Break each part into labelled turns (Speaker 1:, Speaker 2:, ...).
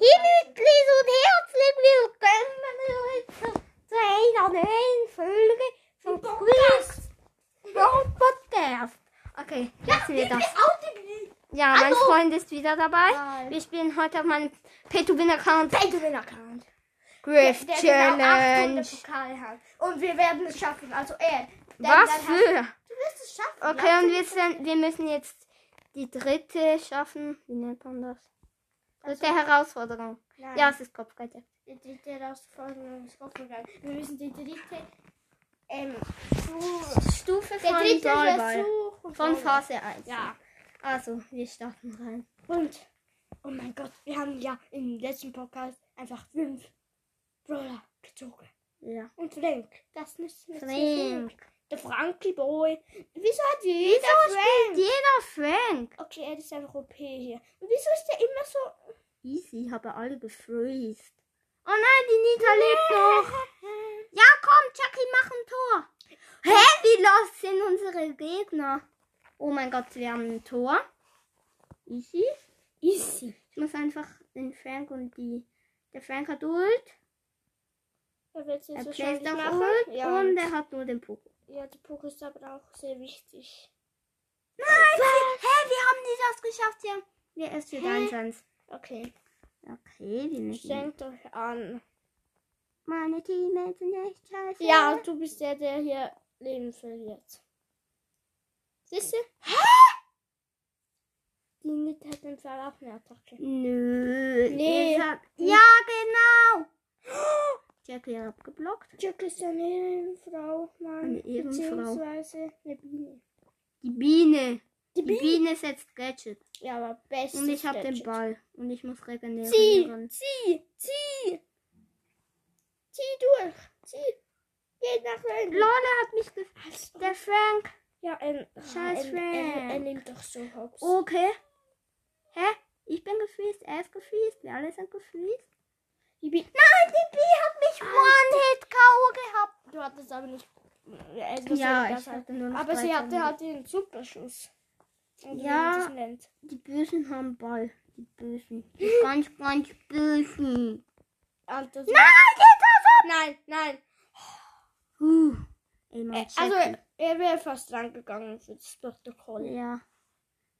Speaker 1: Gemütlich und herzlich willkommen heute zu einer neuen Folge von Quills World Podcast. Okay, jetzt wieder. Ja, mein
Speaker 2: Hallo.
Speaker 1: Freund ist wieder dabei.
Speaker 2: Hi.
Speaker 1: Wir spielen heute auf meinem Pay-to-Win-Account
Speaker 2: Patreon-Account.
Speaker 1: Griff
Speaker 2: Der genau 800
Speaker 1: Challenge.
Speaker 2: Pokale hat. Und wir werden es schaffen. Also er. Denn
Speaker 1: Was
Speaker 2: dann hast-
Speaker 1: für?
Speaker 2: Du wirst es schaffen.
Speaker 1: Okay, und wir, sind, wir müssen jetzt die dritte schaffen. Wie nennt man das? Dritte Herausforderung.
Speaker 2: Nein,
Speaker 1: Ja, es ist Kopfgeldjagd.
Speaker 2: Die dritte Herausforderung ist aufgegangen. Wir müssen die dritte ähm, Stu-
Speaker 1: Stufe
Speaker 2: Der
Speaker 1: von
Speaker 2: dritte
Speaker 1: Solball.
Speaker 2: Versuch.
Speaker 1: Von Phase 1.
Speaker 2: Ja.
Speaker 1: Also, wir starten rein.
Speaker 2: Und, oh mein Gott, wir haben ja im letzten Podcast einfach fünf Brawler gezogen.
Speaker 1: Ja.
Speaker 2: Und Frank. Das nützt nichts.
Speaker 1: Frank.
Speaker 2: Der Frankie Boy. Wieso hat jeder Frank?
Speaker 1: Jeder Frank.
Speaker 2: Okay, er ist einfach OP hier. Und wieso ist der immer so.
Speaker 1: Easy, habe alle gefreezed. Oh nein, die Nita lebt noch. Ja, komm, Chucky, mach ein Tor. Hä, wie los sind unsere Gegner? Oh mein Gott, wir haben ein Tor. Easy.
Speaker 2: Easy.
Speaker 1: Ich muss einfach den Frank und die... Der Frank hat Ult,
Speaker 2: Er wird jetzt
Speaker 1: er
Speaker 2: wahrscheinlich
Speaker 1: bläst auf
Speaker 2: machen.
Speaker 1: Ult
Speaker 2: ja,
Speaker 1: und er hat nur den Poco.
Speaker 2: ja, die Poké ist aber auch sehr wichtig.
Speaker 1: Nein, hä, wir haben nicht das geschafft hier. Wir erst für
Speaker 2: Hä?
Speaker 1: deinen Sans.
Speaker 2: Okay,
Speaker 1: Okay, wir müssen.
Speaker 2: strengt euch an.
Speaker 1: Meine Teammates sind echt scheiße.
Speaker 2: Ja, du bist der, der hier Leben verliert. Siehst du? Hä? Die Nit hat den Fall auch eine Attacke.
Speaker 1: Nö.
Speaker 2: Nee.
Speaker 1: ihr sagt- Ja, genau. Jackie hat abgeblockt.
Speaker 2: Jack ist eine Ehrenfrau, Mann.
Speaker 1: Eine Ehrenfrau.
Speaker 2: Beziehungsweise eine Biene.
Speaker 1: Die Biene.
Speaker 2: Die
Speaker 1: Die Biene setzt Gadget.
Speaker 2: Ja, aber bestes
Speaker 1: Und ich habe den
Speaker 2: Gadget.
Speaker 1: Ball. Und ich muss regenerieren.
Speaker 2: Zieh, zieh, zieh. Zieh durch. Zieh. Geh nach
Speaker 1: Lol,
Speaker 2: rechts.
Speaker 1: er hat mich ge... Der Frank.
Speaker 2: Ja, ähm,
Speaker 1: Scheiß
Speaker 2: er, er, er
Speaker 1: Frank. Oh.
Speaker 2: nimmt doch so Hops.
Speaker 1: Okay. Hä? Ich bin gefriest, er ist gefriest, wir alle sind gefriest.
Speaker 2: Die Bi-
Speaker 1: Nein, die Bi hat mich One-Hit-K.O. gehabt.
Speaker 2: Du hattest aber nicht. äh, das
Speaker 1: Ja,
Speaker 2: das
Speaker 1: ich hatte nur noch
Speaker 2: Aber
Speaker 1: drei
Speaker 2: sie hatte
Speaker 1: Sekunden.
Speaker 2: halt den Superschuss. Und wie
Speaker 1: Ja.
Speaker 2: man das nennt.
Speaker 1: Die Bösen haben Ball. Die Bösen. Die ganz, ganz Bösen.
Speaker 2: Alter, so-
Speaker 1: Nein, geht das ab!
Speaker 2: nein, nein.
Speaker 1: Huh. Ey, mein
Speaker 2: Äh,
Speaker 1: Chat.
Speaker 2: also, er wäre fast rangegangen für das Protokoll.
Speaker 1: Ja.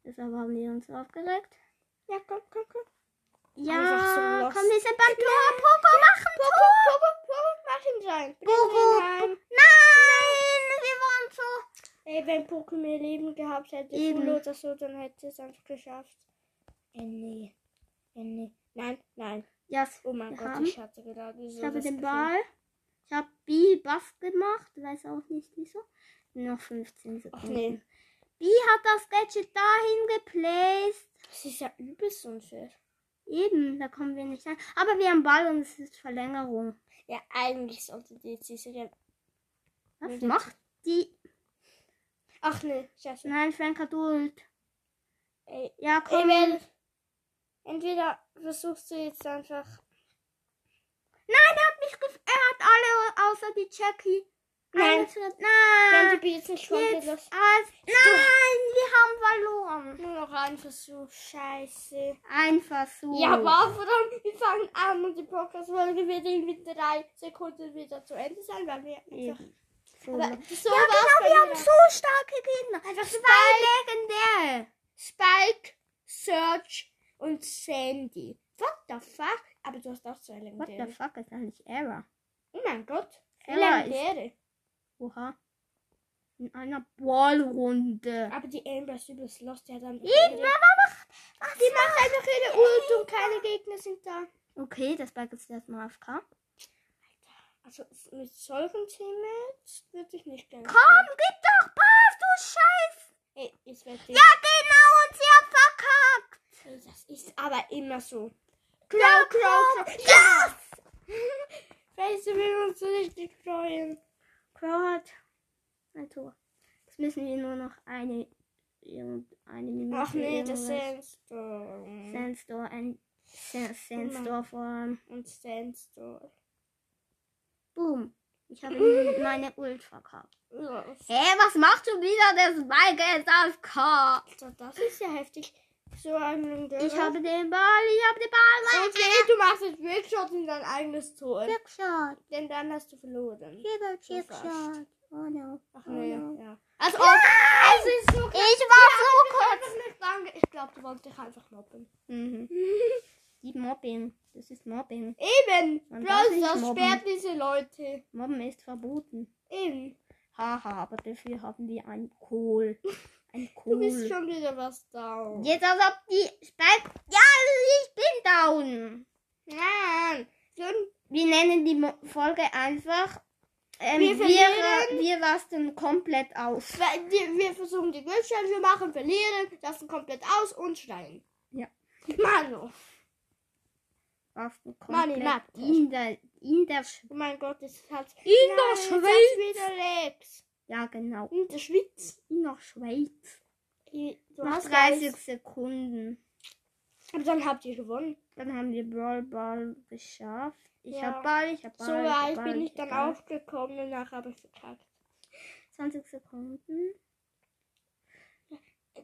Speaker 1: Deshalb haben die uns aufgeregt.
Speaker 2: Ja, komm, komm, komm. Einfach so
Speaker 1: Ja,
Speaker 2: lost.
Speaker 1: komm, wir sind beim Tor. Poco, mach ein Tor.
Speaker 2: Pogo, Pogo, mach ihn rein. Bring
Speaker 1: Pogo,
Speaker 2: ihn rein.
Speaker 1: Nein, wir waren so.
Speaker 2: Ey, wenn Poco mehr Leben gehabt hätte,
Speaker 1: Eben.
Speaker 2: Full oder so, dann hätte es einfach geschafft. Äh, nee. Äh, nee. Nein, nein.
Speaker 1: Ja, yes.
Speaker 2: Oh mein
Speaker 1: Wir
Speaker 2: Gott,
Speaker 1: haben-
Speaker 2: ich hatte gerade so
Speaker 1: ich habe
Speaker 2: das
Speaker 1: den
Speaker 2: Gefühl.
Speaker 1: Ball. Ich habe B-Buff gemacht. Weiß auch nicht wieso. Noch 15 Sekunden.
Speaker 2: Ach nee.
Speaker 1: B hat das Gadget dahin geplaced.
Speaker 2: Das ist ja übelst unfair.
Speaker 1: Eben, da kommen wir nicht rein. Aber wir haben Ball und es ist Verlängerung.
Speaker 2: Ja, eigentlich sollte die jetzt diese... Re-
Speaker 1: Was
Speaker 2: Wer denn-
Speaker 1: macht die?
Speaker 2: Ach nee, scheiße.
Speaker 1: Nein, Frank hat Ult.
Speaker 2: Ey,
Speaker 1: Ja,
Speaker 2: ey,
Speaker 1: komm.
Speaker 2: wenn... Entweder versuchst du jetzt einfach...
Speaker 1: Nein, er hat mich gef Er hat alle außer die Jackie.
Speaker 2: Nein.
Speaker 1: Alles wird-
Speaker 2: Wenn
Speaker 1: Nein.
Speaker 2: du jetzt nicht
Speaker 1: Jetzt
Speaker 2: komplett
Speaker 1: als Nein, wir haben verloren.
Speaker 2: Nur noch ein Versuch. Scheiße.
Speaker 1: Ein Versuch.
Speaker 2: Ja, warum? Wir fangen an und die Podcast-Folge wird in mit drei Sekunden wieder zu Ende sein, weil wir einfach.
Speaker 1: Eben. So.
Speaker 2: Aber
Speaker 1: Ja,
Speaker 2: so war's
Speaker 1: genau, wir
Speaker 2: bei
Speaker 1: haben
Speaker 2: mir.
Speaker 1: so starke Gegner.
Speaker 2: Einfach
Speaker 1: Zwei legendäre.
Speaker 2: Spike, Search und Sandy. What the fuck? Aber du hast auch zwei
Speaker 1: What the
Speaker 2: legendäre.
Speaker 1: fuck ist eigentlich Error?
Speaker 2: Oh mein Gott. Vier
Speaker 1: Ella ist-
Speaker 2: legendäre.
Speaker 1: Oha. In einer Ballrunde.
Speaker 2: Aber die Amber ist übelst lost. Die hat dann.
Speaker 1: Eben, aber macht. Was
Speaker 2: Die macht einfach ihre Ult und keine Gegner sind da.
Speaker 1: Okay, das Bike ist jetzt mal AFK.
Speaker 2: Also mit solchen Teammates würde ich nicht gerne.
Speaker 1: Komm, gib doch Pass, du Scheiß.
Speaker 2: Ey, ich werd
Speaker 1: Ja, genau, und sie hat verkackt.
Speaker 2: Ey, das ist aber immer so.
Speaker 1: Klau,
Speaker 2: klau, klau.
Speaker 1: Ja!
Speaker 2: Weißt du, wir uns so richtig freuen.
Speaker 1: Crow hat ein Tor. Jetzt müssen wir nur noch eine, irgendeine Minute.
Speaker 2: Ach nee, das ähm,
Speaker 1: irgendwas.
Speaker 2: Sandstorm.
Speaker 1: Sandstorm, ein Sa- Sandstorm von
Speaker 2: Und Sandstorm.
Speaker 1: Boom. Ich habe ihm meine Ult verkauft.
Speaker 2: Ja,
Speaker 1: Hä, hey, was machst du wieder? Das Spike ist auf K.
Speaker 2: so, das ist ja heftig. So ein Dörr.
Speaker 1: Ich habe den Ball, ich habe den Ball.
Speaker 2: Und wenn du ist Trickshot in dein eigenes Tor.
Speaker 1: Trickshot.
Speaker 2: Denn dann hast du verloren.
Speaker 1: Lieber
Speaker 2: Trickshot.
Speaker 1: Trickshot. Oh no.
Speaker 2: Ach nee,
Speaker 1: Oh no.
Speaker 2: ja. Also,
Speaker 1: Nein!
Speaker 2: also ist so
Speaker 1: Ich war so kurz.
Speaker 2: Ich, sagen, ich glaube, du wolltest dich einfach mobben.
Speaker 1: Mhm. Die Mobbing. Das ist Mobbing.
Speaker 2: Eben.
Speaker 1: Man darf
Speaker 2: Bloß
Speaker 1: nicht
Speaker 2: das
Speaker 1: mobben.
Speaker 2: sperrt diese Leute.
Speaker 1: Mobben ist verboten.
Speaker 2: Eben.
Speaker 1: Haha, aber dafür haben wir einen Kohl. Ein
Speaker 2: Du
Speaker 1: Kohl.
Speaker 2: bist schon wieder was down.
Speaker 1: Jetzt als ob die Spalt. Ja, also ich bin down.
Speaker 2: Nein. Schon
Speaker 1: Wir nennen die Mo- Folge einfach. Ähm,
Speaker 2: Wir
Speaker 1: wir,
Speaker 2: verlieren.
Speaker 1: wir, rasten komplett aus.
Speaker 2: Weil die- Wir versuchen die Glückschallenge zu machen, verlieren, lassen komplett aus und schreien.
Speaker 1: Ja.
Speaker 2: Manu.
Speaker 1: Rasten
Speaker 2: Mani,
Speaker 1: komplett
Speaker 2: mach das.
Speaker 1: in der, in der Sch
Speaker 2: Oh mein Gott, es hat. In
Speaker 1: der Schweiz.
Speaker 2: wieder Lex.
Speaker 1: Ja, genau.
Speaker 2: In der Schweiz.
Speaker 1: In der Schweiz.
Speaker 2: I- Du
Speaker 1: Nach
Speaker 2: hast
Speaker 1: 30
Speaker 2: alles.
Speaker 1: Sekunden.
Speaker 2: Aber dann habt ihr gewonnen.
Speaker 1: Dann haben wir Brawl Ball geschafft. Ich
Speaker 2: Ja.
Speaker 1: hab Ball, ich hab Ball.
Speaker 2: so
Speaker 1: ich hab
Speaker 2: weit
Speaker 1: Ball,
Speaker 2: bin ich
Speaker 1: hab
Speaker 2: dann
Speaker 1: Ball.
Speaker 2: aufgekommen und nachher habe ich verkackt.
Speaker 1: 20 Sekunden.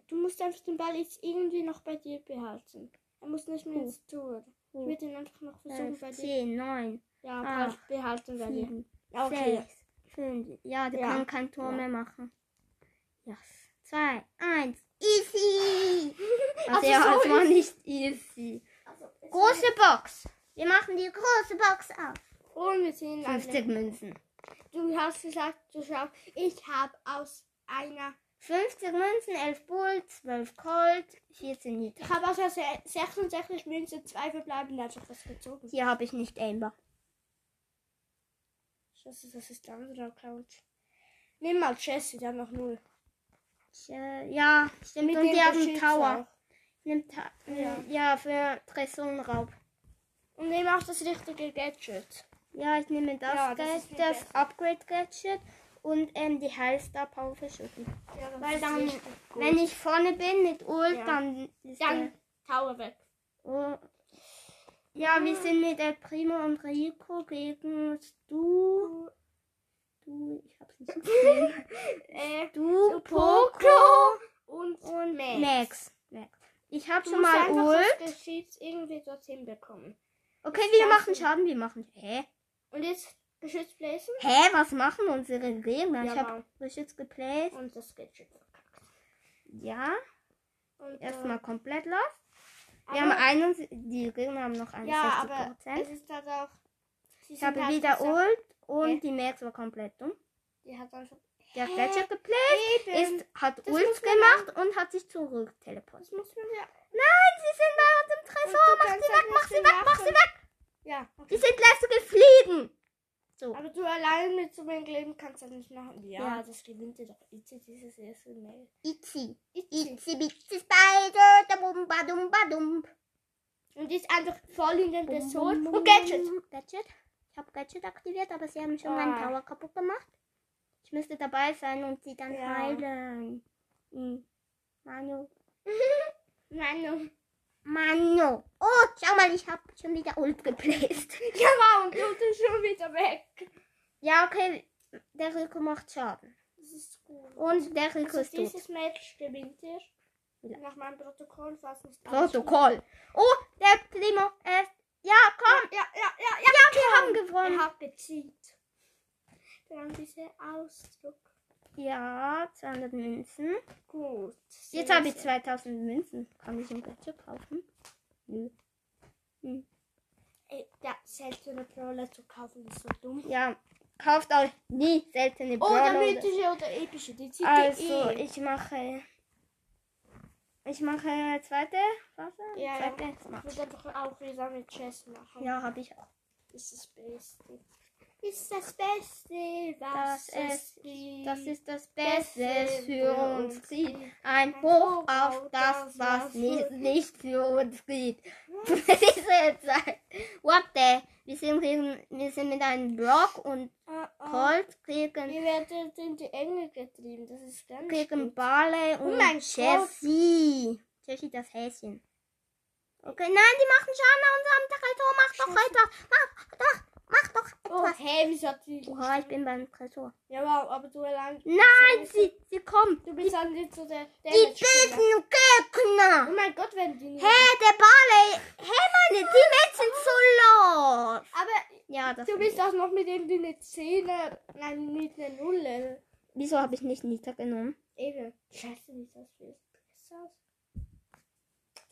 Speaker 2: Du musst einfach den Ball jetzt irgendwie noch bei dir behalten. Er muss nicht mehr
Speaker 1: Huh.
Speaker 2: ins Tor. Ich
Speaker 1: Huh.
Speaker 2: würde ihn einfach noch versuchen
Speaker 1: 11,
Speaker 2: bei dir.
Speaker 1: 10, 9,
Speaker 2: Ja,
Speaker 1: Äh, Ah.
Speaker 2: bald behalten bei dir.
Speaker 1: 7,
Speaker 2: Ja, Okay.
Speaker 1: 6, 5. Ja, der
Speaker 2: Ja.
Speaker 1: kann kein Tor
Speaker 2: Ja.
Speaker 1: mehr machen. Yes. 2, 1. Easy! Also,
Speaker 2: Also
Speaker 1: ja,
Speaker 2: so
Speaker 1: es war
Speaker 2: easy.
Speaker 1: nicht easy.
Speaker 2: Also, es-
Speaker 1: Große Box. Wir machen die große Box auf.
Speaker 2: Und wir sehen alle.
Speaker 1: 50 Münzen.
Speaker 2: Du hast gesagt, du schaffst. Ich habe aus einer.
Speaker 1: 50 Münzen, 11 Bull, 12 Colt, 14 Nita.
Speaker 2: Ich habe aus einer se- 66 Münzen zwei verbleibende einfach was gezogen.
Speaker 1: Hier habe ich nicht Amber.
Speaker 2: Das ist, das ist der andere Account. Nimm mal Jesse, der hat noch null.
Speaker 1: Äh, Ja, stimmt. Und
Speaker 2: dem
Speaker 1: die haben
Speaker 2: Geschütz
Speaker 1: Tower.
Speaker 2: auch.
Speaker 1: Nimmt Ta
Speaker 2: Ja.
Speaker 1: ja. ja, für Tresorenraub.
Speaker 2: Und nimm auch das richtige Gadget.
Speaker 1: Ja, ich nehme das,
Speaker 2: Ja, das
Speaker 1: das,
Speaker 2: ist viel
Speaker 1: das
Speaker 2: besser.
Speaker 1: Upgrade-Gadget und ähm, die Heilstar Power verschütten.
Speaker 2: Ja, das
Speaker 1: Weil
Speaker 2: ist
Speaker 1: dann,
Speaker 2: richtig gut.
Speaker 1: wenn ich vorne bin mit Ult,
Speaker 2: Ja.
Speaker 1: dann ist
Speaker 2: Dann Tower weg.
Speaker 1: der, oh. Ja, wir sind mit El Primo und Rico gegen du. Du, ich hab's nicht gesehen.
Speaker 2: Äh,
Speaker 1: Du,
Speaker 2: Poco
Speaker 1: Poco
Speaker 2: und,
Speaker 1: und
Speaker 2: Max.
Speaker 1: Max. Max. Ich hab
Speaker 2: Du
Speaker 1: schon
Speaker 2: musst
Speaker 1: mal
Speaker 2: einfach
Speaker 1: Ult.
Speaker 2: das Geschütz irgendwie dorthin bekommen.
Speaker 1: Okay, wir
Speaker 2: Scheiße.
Speaker 1: machen Schaden, wir machen. Hä?
Speaker 2: Und jetzt Geschütz placen
Speaker 1: Hä, was machen unsere Gegner? Ich
Speaker 2: Ja, genau.
Speaker 1: hab Geschütz geplaced.
Speaker 2: und das Gadget verkackt.
Speaker 1: Ja.
Speaker 2: Und,
Speaker 1: Erstmal komplett los.
Speaker 2: äh,
Speaker 1: Wir haben
Speaker 2: aber-
Speaker 1: einen, die Gegner haben noch 61%.
Speaker 2: Ja, aber es ist halt auch. sie
Speaker 1: ich
Speaker 2: sind
Speaker 1: habe
Speaker 2: halt
Speaker 1: wieder
Speaker 2: so-
Speaker 1: Ult und
Speaker 2: Hä?
Speaker 1: die Max war komplett dumm.
Speaker 2: Die hat einfach.
Speaker 1: Der
Speaker 2: Hä?
Speaker 1: Fletcher geplayt,
Speaker 2: Eben.
Speaker 1: ist, hat
Speaker 2: Das
Speaker 1: Ult
Speaker 2: muss man
Speaker 1: gemacht und hat sich zurück
Speaker 2: Das
Speaker 1: teleportiert.
Speaker 2: muss man ja.
Speaker 1: Nein, sie sind bei uns im
Speaker 2: Und du
Speaker 1: Tresor. Mach sie
Speaker 2: kannst
Speaker 1: weg,
Speaker 2: halt
Speaker 1: mach
Speaker 2: nicht
Speaker 1: sie
Speaker 2: so
Speaker 1: weg, mach sie
Speaker 2: machen.
Speaker 1: weg.
Speaker 2: Ja.
Speaker 1: Die sind leise gefliegen. So,
Speaker 2: Aber du allein mit so wenig Leben kannst das nicht machen. Ja,
Speaker 1: Ja.
Speaker 2: das gewinnt dir doch Itzy dieses erste Mail.
Speaker 1: itzi.
Speaker 2: Itzy.
Speaker 1: Itzi, bitzi, spider, da bum, ba, dum, ba, dum.
Speaker 2: Und die ist einfach voll in den Tresor.
Speaker 1: Bum, bum,
Speaker 2: Und Gadget.
Speaker 1: bum, Gadget. Ich habe Gadget aktiviert, aber sie haben schon
Speaker 2: Ah.
Speaker 1: meinen Tower kaputt gemacht. Ich müsste dabei sein und sie dann
Speaker 2: Ja.
Speaker 1: heilen. Mhm. Manu.
Speaker 2: Nein,
Speaker 1: Manu. Oh, schau mal, ich habe schon wieder Ult geplaced.
Speaker 2: ja, wow, und du bist schon wieder weg.
Speaker 1: ja, okay. Der Rico macht Schaden.
Speaker 2: Das ist gut.
Speaker 1: Und der Rico
Speaker 2: Also
Speaker 1: ist tot.
Speaker 2: dieses Match gewinnt ihr.
Speaker 1: Ja.
Speaker 2: Nach meinem Protokoll, falls nicht alles
Speaker 1: Protokoll. Oh, der Primo ist... Ja, komm.
Speaker 2: stimmt. Ja, ja, ja, ja.
Speaker 1: Ja, wir haben
Speaker 2: Er
Speaker 1: gewonnen.
Speaker 2: hat gezieht. Dann dieser Ausdruck.
Speaker 1: Ja, 200 Münzen.
Speaker 2: Gut.
Speaker 1: Jetzt
Speaker 2: Sehr
Speaker 1: habe ich
Speaker 2: schön.
Speaker 1: 2000 Münzen. Kann ich ein Gadget kaufen? Nö.
Speaker 2: Ey, Äh, Ja, seltene Brawler zu kaufen ist so dumm.
Speaker 1: Ja, kauft euch nie seltene
Speaker 2: Oder
Speaker 1: Brawler.
Speaker 2: mythische oder epische, die zieht
Speaker 1: also,
Speaker 2: ihr eh.
Speaker 1: ich mache. Ich mache zweite Phase.
Speaker 2: Ja, ja.
Speaker 1: zweite
Speaker 2: Ich
Speaker 1: Smart.
Speaker 2: würde einfach auch wieder mit Chess machen.
Speaker 1: Ja, habe ich auch.
Speaker 2: Ist das Beste. Ist das Beste, was
Speaker 1: Das
Speaker 2: es
Speaker 1: ist-
Speaker 2: gibt.
Speaker 1: Das ist das Beste für uns gibt. Ein
Speaker 2: Ein
Speaker 1: Hoch auf das, was nicht, nicht für uns gibt. Diese Zeit. What the? Wir sind, gegen, wir sind mit einem Block und
Speaker 2: Ah, ah.
Speaker 1: Colt gegen,
Speaker 2: Ihr werdet in die Enge getrieben. Das ist ganz
Speaker 1: gegen
Speaker 2: gut.
Speaker 1: Barley
Speaker 2: Oh
Speaker 1: und
Speaker 2: mein
Speaker 1: Jessie. Jessie, das Häschen. Okay, nein, die machen Schaden an unserem Tresor. Mach doch
Speaker 2: Scheiße.
Speaker 1: etwas. Mach doch, mach doch
Speaker 2: Oh,
Speaker 1: etwas.
Speaker 2: hey, wieso hat sie...
Speaker 1: Oha, ich bin beim Tresor.
Speaker 2: Ja, wow, aber du allein...
Speaker 1: Nein, sie, sie kommen.
Speaker 2: Du bist dann nicht so der... der
Speaker 1: Die
Speaker 2: Mitspieler.
Speaker 1: bösen
Speaker 2: Oh
Speaker 1: Gegner.
Speaker 2: mein Gott, wenn die...
Speaker 1: Hä, der Barley. Hä, meine Teammates sind so drauf.
Speaker 2: Aber
Speaker 1: Ja, das
Speaker 2: du bist auch noch mit dem eine 10, nein, mit einer Null.
Speaker 1: Wieso habe ich nicht Nita genommen?
Speaker 2: Eben. Scheiße, wie das viel besser aus.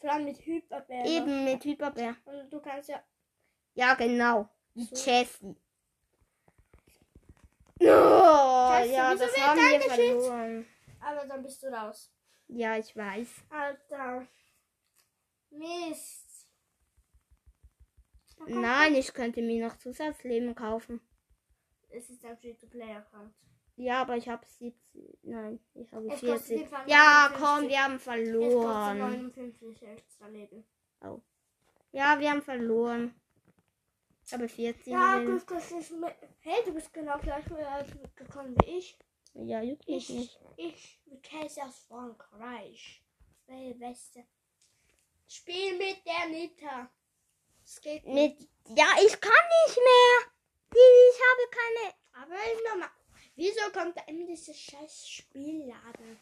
Speaker 2: Vor allem mit Hyperbär.
Speaker 1: Eben mit Hyperbär.
Speaker 2: Und du kannst ja.
Speaker 1: Ja, genau. Die
Speaker 2: So.
Speaker 1: Jessie. Oh,
Speaker 2: Jessie,
Speaker 1: ja,
Speaker 2: wieso
Speaker 1: das
Speaker 2: wird
Speaker 1: haben wir
Speaker 2: dein Schild?
Speaker 1: verloren.
Speaker 2: Aber dann bist du raus.
Speaker 1: Ja, ich weiß.
Speaker 2: Oh, Alter. Mist. oh,
Speaker 1: Nein, ich könnte mir noch Zusatzleben kaufen.
Speaker 2: Es ist ein Free-to-Play-Account.
Speaker 1: Ja, aber ich habe 70. Nein, ich habe
Speaker 2: Es kostet
Speaker 1: 40.
Speaker 2: jedenfalls
Speaker 1: Ja,
Speaker 2: 59.
Speaker 1: komm, wir haben
Speaker 2: Es kostet
Speaker 1: verloren.
Speaker 2: 59 extra Leben.
Speaker 1: Ja, wir haben verloren. Ich habe 14.
Speaker 2: Ja,
Speaker 1: Leben.
Speaker 2: gut, das ist mit. Hey, du bist genau gleich weit gekommen wie ich.
Speaker 1: ja juckt mich nicht.
Speaker 2: Ich, ich, ich Käse aus Frankreich. Beste. Spiel mit der Nita. Es geht
Speaker 1: Mit, ja, ich kann nicht mehr. Die- Ich habe keine.
Speaker 2: Aber nochmal. Wieso kommt da immer dieses scheiß Spielladen?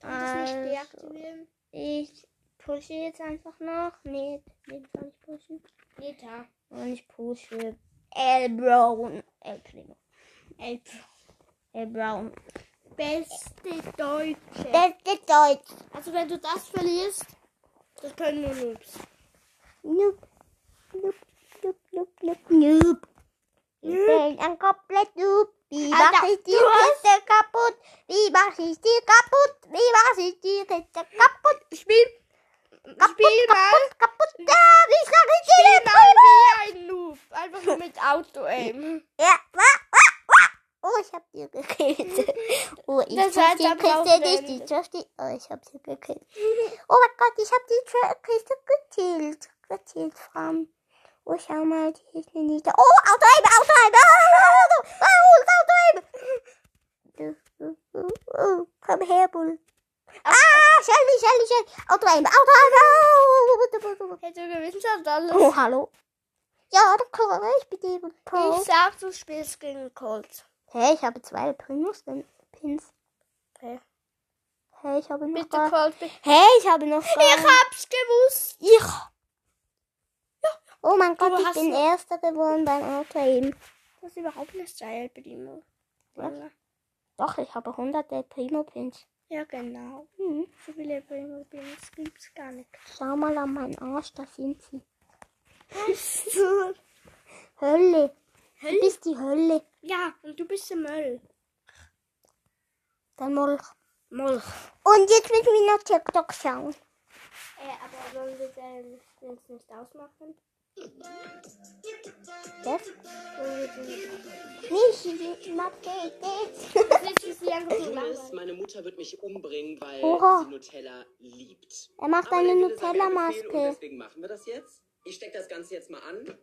Speaker 2: Kann man das
Speaker 1: Also.
Speaker 2: nicht deaktivieren?
Speaker 1: Ich pushe jetzt einfach noch. Nee, den soll ich pushen.
Speaker 2: Nita.
Speaker 1: Und ich pushe El Brown. El Primo.
Speaker 2: Ey,
Speaker 1: El Brown.
Speaker 2: beste Deutsche.
Speaker 1: Das ist Deutsch.
Speaker 2: Also wenn du das verlierst, das können nur Noobs.
Speaker 1: Noop. Noop, noop, noop, noop, noop. Ich bin ein komplett Noop. Wie
Speaker 2: Alter,
Speaker 1: mache ich die
Speaker 2: Ah, du hast-
Speaker 1: Kiste kaputt? Wie mache ich die kaputt? Wie mache ich die Kiste kaputt?
Speaker 2: Spiel, spiel mal,
Speaker 1: Kaputt, kaputt. Ja, wie mache ich die
Speaker 2: spiel mal wie ein Noob. Einfach nur mit Auto-Aim.
Speaker 1: Ja. Wah, wah, wah. Oh, ich hab dir gekillt. Oh, ich
Speaker 2: Das
Speaker 1: schaff
Speaker 2: heißt,
Speaker 1: die
Speaker 2: am
Speaker 1: Kiste nicht.
Speaker 2: Laufenden.
Speaker 1: Ich schaff die. Oh, ich hab sie gekillt. Oh mein Gott, ich hab die Tra- Kiste gekillt. Gekillt, Fram. Oh, schau mal, die ist eine Niete. Oh, Autoheim, Autoheim. Oh, Auto, ah, Autoheim. Oh, oh, oh, komm her, Bull. Ah, schnell, schnell, schnell. Autoheim, Autoheim. Oh,
Speaker 2: Hätte du gewinnst das alles.
Speaker 1: Oh, hallo. Ja, da komme ich mit dem Pro.
Speaker 2: Ich sag, du spielst gegen Colt.
Speaker 1: Hä, ich habe zwei Primus Pins.
Speaker 2: Okay.
Speaker 1: Hä, ich habe noch
Speaker 2: Bitte
Speaker 1: gar...
Speaker 2: Colt. bitte-
Speaker 1: Hä, ich habe noch gar...
Speaker 2: Ich hab's gewusst.
Speaker 1: Ich. Oh mein Gott,
Speaker 2: Du
Speaker 1: ich
Speaker 2: hast
Speaker 1: bin
Speaker 2: noch-
Speaker 1: Erster geworden beim Auto eben.
Speaker 2: Das ist überhaupt nicht Style, Primo.
Speaker 1: Was? Doch, ich habe hunderte Primo Pins.
Speaker 2: Ja, genau.
Speaker 1: Hm.
Speaker 2: So viele Primo Beans gibt's gar nicht.
Speaker 1: Schau mal an meinen Arsch, da sind sie.
Speaker 2: Hölle?
Speaker 1: Hölle. Du bist die Hölle.
Speaker 2: Ja, und du bist der Müll.
Speaker 1: Dann mal.
Speaker 2: Molch.
Speaker 1: Und jetzt müssen wir noch TikTok schauen.
Speaker 2: Äh, aber sollen wir den jetzt nicht ausmachen?
Speaker 1: Was?
Speaker 2: Sollen wir den
Speaker 1: Nicht, ich mag das.
Speaker 2: Das ist wie ein bisschen
Speaker 3: Zumindest
Speaker 2: langweilig.
Speaker 3: meine Mutter wird mich umbringen, weil
Speaker 1: Oha.
Speaker 3: sie Nutella liebt.
Speaker 1: Er macht
Speaker 3: Aber
Speaker 1: eine
Speaker 3: der Wille sei Befehl Und
Speaker 1: Nutella-Maske.
Speaker 3: deswegen machen wir das jetzt. Ich stecke das Ganze jetzt mal an.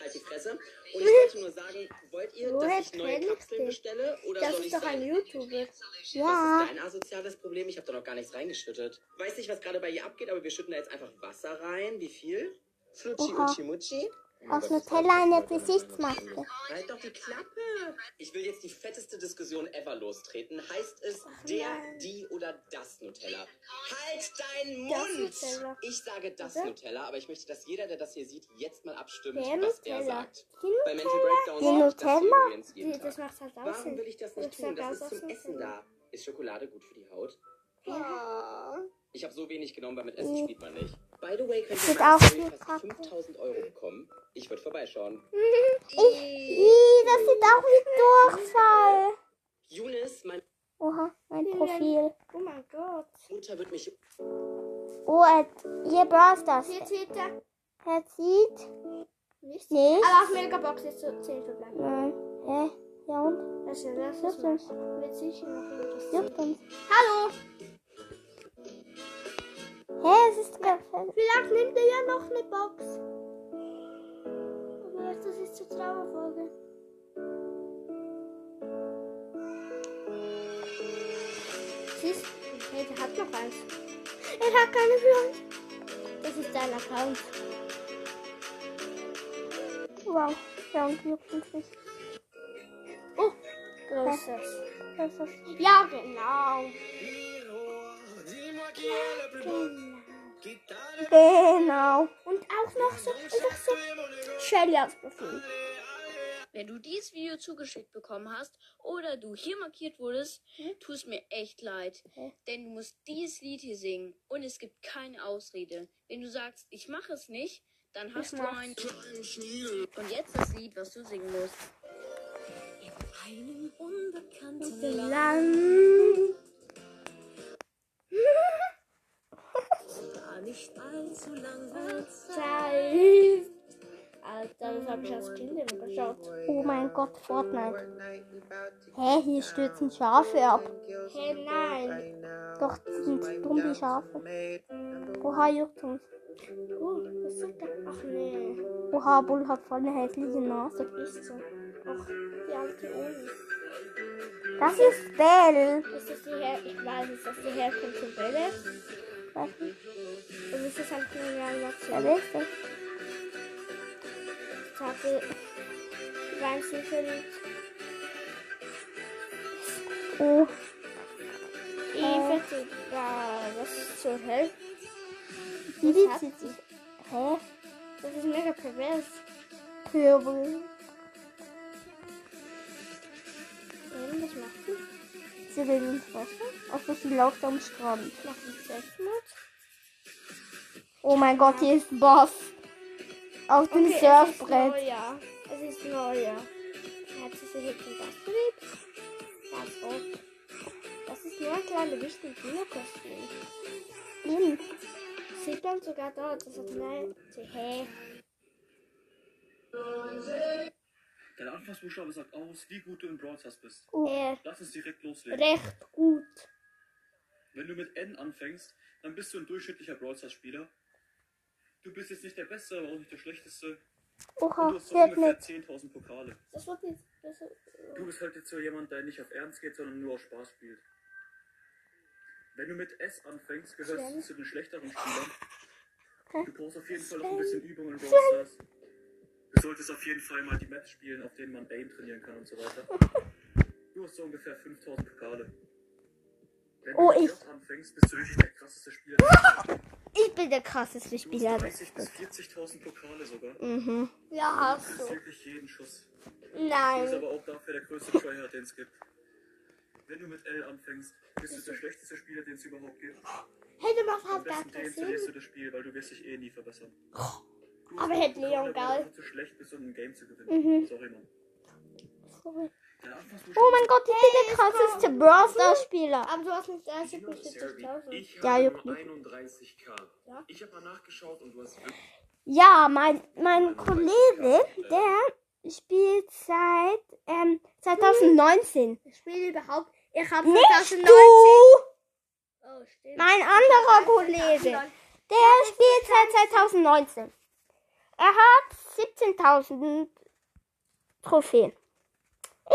Speaker 3: Halt die Fresse. Und ich wollte nur sagen, wollt ihr,
Speaker 2: Woher
Speaker 3: dass ich neue
Speaker 2: kennst
Speaker 3: Kapseln
Speaker 2: du?
Speaker 3: bestelle? Oder
Speaker 2: Das
Speaker 3: soll ich
Speaker 2: ist doch
Speaker 3: sagen,
Speaker 2: ein YouTuber.
Speaker 3: das
Speaker 1: Ja.
Speaker 3: ist dein asoziales Problem? Ich habe da noch gar nichts reingeschüttet. Weiß nicht, was gerade bei ihr abgeht, aber wir schütten da jetzt einfach Wasser rein. Wie viel? Flutschi,
Speaker 1: Oha.
Speaker 3: Utschi, Mutschi.
Speaker 2: halt
Speaker 1: Aus Nutella eine Gesichtsmaske.
Speaker 3: Halt doch die Klappe! Ich will jetzt die fetteste Diskussion ever lostreten. Heißt es der,
Speaker 2: Oh nein.
Speaker 3: die oder das Nutella? Halt deinen
Speaker 2: Das
Speaker 3: Mund!
Speaker 2: Nutella.
Speaker 3: Ich sage das
Speaker 2: Oder?
Speaker 3: Nutella, aber ich möchte, dass jeder, der das hier sieht, jetzt mal abstimmt,
Speaker 2: Der
Speaker 3: was er
Speaker 2: Nutella.
Speaker 3: sagt.
Speaker 2: Die Nutella.
Speaker 3: Bei Mental Breakdown
Speaker 1: Die
Speaker 3: sage ich das hier
Speaker 1: Nutella?
Speaker 3: übrigens jeden
Speaker 2: Die- Das
Speaker 3: Tag.
Speaker 2: macht halt aus.
Speaker 3: Warum will ich das nicht
Speaker 2: Das sag
Speaker 3: tun? Das
Speaker 2: aus,
Speaker 3: ist zum
Speaker 2: aus
Speaker 3: Essen
Speaker 2: Nutella.
Speaker 3: da. Ist Schokolade gut für die Haut?
Speaker 1: Ja.
Speaker 3: Ich habe so wenig genommen, weil mit
Speaker 2: Mhm.
Speaker 3: Essen spielt man nicht. By the way, könnt
Speaker 1: Das
Speaker 3: ihr
Speaker 1: ist
Speaker 3: mal
Speaker 1: auch
Speaker 3: fast
Speaker 1: eine Kacke.
Speaker 3: 5000 Euro bekommen. Ich würde vorbeischauen.
Speaker 1: Ih, das sieht auch wie Durchfall.
Speaker 3: Younes, meine
Speaker 1: Oha, mein Profil.
Speaker 2: Oh mein Gott.
Speaker 3: Mutter wird mich
Speaker 1: Oh, er, hier brauchst das.
Speaker 2: Hier zählt er
Speaker 1: Er zieht
Speaker 2: nicht.
Speaker 1: nicht.
Speaker 2: Aber auf Megabox ist so 10 verbleiben.
Speaker 1: Nein. Hä? Ja und?
Speaker 2: Das ist das
Speaker 1: Juckt
Speaker 2: ist
Speaker 1: uns.
Speaker 2: witzig.
Speaker 1: Juckt uns.
Speaker 2: Hallo!
Speaker 1: Hä, es ist gefällt.
Speaker 2: Vielleicht nimmt er ja noch eine Box. Aber das ist zur Trauerfolge. Siehst du? Hey, der hat noch eins. Er hat keine Freunde. Das ist dein Account.
Speaker 1: Wow. Ja und juckt uns nicht.
Speaker 2: Oh, größer.
Speaker 1: Das ist das.
Speaker 2: Ja, genau.
Speaker 1: Genau.
Speaker 2: Genau. Und auch noch so, einfach so
Speaker 1: Shelly ausbefehlen.
Speaker 4: Wenn du dieses Video zugeschickt bekommen hast oder du hier markiert wurdest, tust mir echt leid.
Speaker 1: Hm? Hä?
Speaker 4: Denn du musst dieses Lied hier singen und es gibt keine Ausrede. Wenn du sagst, ich mache es nicht, dann hast du
Speaker 1: mach's.
Speaker 4: einen. Und jetzt das Lied, was du singen musst.
Speaker 1: Land. Zeit.
Speaker 2: Alter, das habe ich als Kind immer geschaut.
Speaker 1: Oh mein Gott, Fortnite. Hä, hier stürzen Schafe ab.
Speaker 2: Hey, nein.
Speaker 1: Doch, das sind dumme Schafe. Oha, juckt uns.
Speaker 2: Oh, was sagt er? Ach nee.
Speaker 1: Oha, Bull hat voll eine hässliche Nase.
Speaker 2: Ist so. Ach, die alte Omi.
Speaker 1: Das ist Bell.
Speaker 2: Ist das die Her Ich weiß, ist das die Herkunft von Belle?
Speaker 1: Was ist
Speaker 2: Und ist das halt ein
Speaker 1: Wer
Speaker 2: Kriminalnation?
Speaker 1: ist das?
Speaker 2: Ich hatte. Ich war in sie verliebt.
Speaker 1: Oh,
Speaker 2: Ich hätte. Ja, äh, was zur Hölle?
Speaker 1: die liebt sie sich. Hä?
Speaker 2: Das ist mega pervers.
Speaker 1: Pöbel.
Speaker 2: Ähm, Was macht die?
Speaker 1: Sie will ins Wasser. Also sie läuft am Strand.
Speaker 2: Macht die Selbstmord?
Speaker 1: Oh mein Gott, hier ist Boss. Auf dem
Speaker 2: Es ist
Speaker 1: Surfbrett.
Speaker 2: Neujahr. Es ist Neujahr. Er hat sich so hübsch das geliebt. Ganz oft. Das ist nur ein kleiner Wichtel Dino-Kostüm.
Speaker 1: Eben.
Speaker 2: Sieht man sogar dort, das hat eine. Hä?
Speaker 5: Dein Anfangsbuchstabe sagt aus, wie gut du in Brawl Stars bist.
Speaker 1: Oh.
Speaker 2: Er
Speaker 5: Lass uns direkt loslegen.
Speaker 2: recht gut.
Speaker 5: Wenn du mit N anfängst, dann bist du ein durchschnittlicher Brawl Stars Spieler. Du bist jetzt nicht der Beste, aber auch nicht der Schlechteste. Und
Speaker 1: Oha,
Speaker 5: du hast so
Speaker 1: der hat
Speaker 5: ungefähr
Speaker 1: eine
Speaker 5: 10.000 Pokale.
Speaker 2: Das wird jetzt. Das wird,
Speaker 5: Du bist halt jetzt so jemand, der nicht auf Ernst geht, sondern nur auf Spaß spielt. Wenn du mit S anfängst, gehörst du zu den schlechteren Spielern. Du brauchst auf jeden Fall noch ein bisschen Übung in Brawl Stars. Du solltest auf jeden Fall mal die Maps spielen, auf denen man Aim trainieren kann und so weiter. Du hast so ungefähr 5000 Pokale. Wenn
Speaker 1: Oh,
Speaker 5: du mit
Speaker 1: ich-
Speaker 5: J anfängst, bist du wirklich der krasseste Spieler. der Welt.
Speaker 1: Ich bin der krasseste
Speaker 5: Du hast
Speaker 1: Spieler.
Speaker 5: 30 bis 40.000 Pokale sogar.
Speaker 1: Mhm.
Speaker 2: ja,
Speaker 5: Du
Speaker 2: hast
Speaker 5: bist
Speaker 2: du.
Speaker 5: wirklich jeden Schuss. Du bist
Speaker 2: Nein.
Speaker 5: aber auch dafür der größte Tryhard, den es gibt. Wenn du mit L anfängst, bist du der schlechteste Spieler, den es überhaupt gibt.
Speaker 2: Oh, Hätte man
Speaker 5: Am
Speaker 2: fast gar
Speaker 5: besten
Speaker 2: keinen
Speaker 5: den
Speaker 2: Sinn.
Speaker 5: verlierst du das Spiel, weil du wirst dich eh nie verbessern. Du
Speaker 2: Oh. Aber
Speaker 5: hast
Speaker 2: hätte
Speaker 5: Pokale,
Speaker 2: Leon
Speaker 5: weil du
Speaker 2: geil. Mhm.
Speaker 5: einfach zu schlecht bist, um ein Game zu gewinnen. Sorry, Mann. Dein Anfangsbuchstabe-
Speaker 1: Oh mein Gott, ich bin der krasseste Brawl Stars Spieler.
Speaker 2: Aber du hast nicht
Speaker 3: Ich
Speaker 2: 30 bis
Speaker 3: habe
Speaker 2: 40.000.
Speaker 1: Ja, juckt
Speaker 3: nur 31k.
Speaker 2: Ja.
Speaker 3: Ich habe mal nachgeschaut und du hast wirklich
Speaker 1: Ja, mein, mein Kollege, der spielt seit
Speaker 2: Hm.
Speaker 1: ähm, 2019.
Speaker 2: Ich spiele überhaupt. Ich habe
Speaker 1: Nicht
Speaker 2: 2019.
Speaker 1: du!
Speaker 2: Oh, stimmt.
Speaker 1: Mein anderer Kollege. Der spielt seit 2019. Er hat 17.000 Trophäen.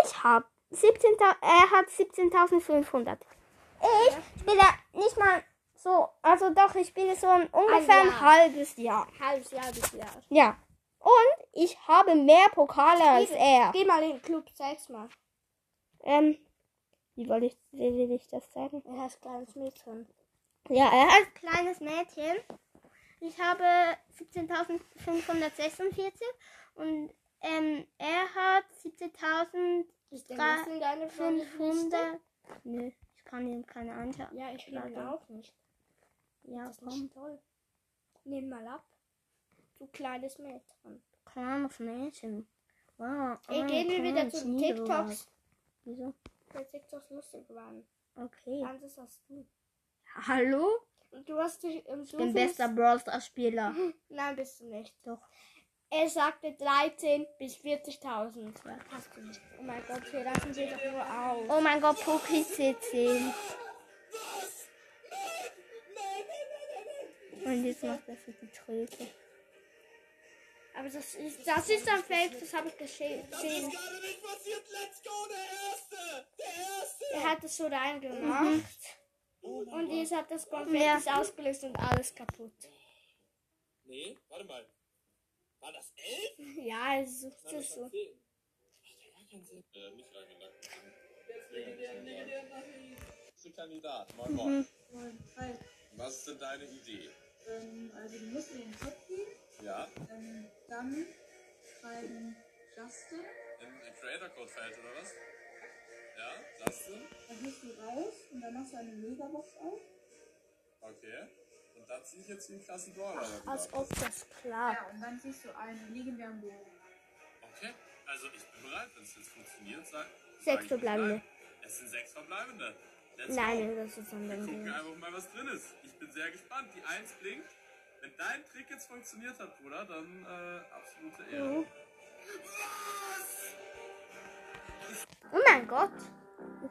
Speaker 1: Ich habe 17. Er hat 17.500. Ich spiele nicht mal so, also doch, ich spiele so ein ungefähr ein,
Speaker 2: Jahr.
Speaker 1: halbes Jahr.
Speaker 2: Halbes Jahr bis Jahr.
Speaker 1: Ja. Und ich habe mehr Pokale als
Speaker 2: Spiel-
Speaker 1: er.
Speaker 2: Geh mal in den Club, zeig's mal.
Speaker 1: Ähm, wie, wollte ich, wie will ich das sagen?
Speaker 2: Er heißt kleines Mädchen.
Speaker 1: Ja, er hat
Speaker 2: Kleines Mädchen. Ich habe 17.546 und
Speaker 1: ähm, er hat 17.000
Speaker 2: ist denn das in deine Freunde-
Speaker 1: 500. Nö, ich kann ihm keine anschauen.
Speaker 2: Ja, ich bin
Speaker 1: Leider.
Speaker 2: auch nicht.
Speaker 1: Ja,
Speaker 2: Das ist
Speaker 1: komm,
Speaker 2: nicht toll. Nimm mal ab. Du kleines Mädchen.
Speaker 1: kleines Mädchen. Wow, oh
Speaker 2: Ey,
Speaker 1: ein
Speaker 2: gehen wir wieder
Speaker 1: kleines
Speaker 2: zu den
Speaker 1: Niederwald.
Speaker 2: TikToks.
Speaker 1: Wieso?
Speaker 2: Weil TikToks lustig waren.
Speaker 1: Okay.
Speaker 2: Anders hast du.
Speaker 1: Hallo?
Speaker 2: Und du hast dich im
Speaker 1: Ich bin bester Brawl Stars Spieler.
Speaker 2: Nein, bist du nicht. Doch. Er sagte 13 bis 40.000. Hast du nicht. Oh mein Gott, hier lassen wir doch nur auf.
Speaker 1: Oh mein Gott, Poki CC. Und jetzt macht das für die Tröte.
Speaker 2: Aber das ist, das ist ein Fake, das habe ich gesehen. Er hat es so reingemacht. Und jetzt hat das Konfetti
Speaker 1: Ja.
Speaker 2: ausgelöst und alles kaputt.
Speaker 6: Nee, warte mal. War das elf?
Speaker 2: Ja, er sucht es so.
Speaker 6: Äh, nicht reingegangen. Nächster Kandidat,
Speaker 2: Mhm.
Speaker 6: moin moin.
Speaker 7: Moin, hi.
Speaker 6: Was ist denn deine Idee?
Speaker 7: Ähm, also du musst in den Club gehen,
Speaker 6: Ja,
Speaker 7: ähm, dann schreiben Justin,
Speaker 6: In den Creator Code Feld oder was? Ja, Justin.
Speaker 7: dann gehst du raus und dann machst du eine Megabox auf.
Speaker 6: Okay. Und da ziehe ich jetzt den krassen Brawler.
Speaker 2: Als ob das klappt.
Speaker 7: Ja, und dann siehst du einen legendären Bogen.
Speaker 6: Okay, also ich bin bereit, wenn es jetzt funktioniert. Sag, sag
Speaker 2: Sechs
Speaker 6: ich Bescheid.
Speaker 2: verbleibende.
Speaker 6: Es sind sechs verbleibende. Let's
Speaker 2: Nein,
Speaker 6: go.
Speaker 2: das ist ein
Speaker 6: Wir gucken
Speaker 2: anderer.
Speaker 6: einfach mal, was drin ist. Ich bin sehr gespannt. Die Eins blinkt. Wenn dein Trick jetzt funktioniert hat, Bruder, dann äh, absolute Ehre.
Speaker 1: Oh mein Gott.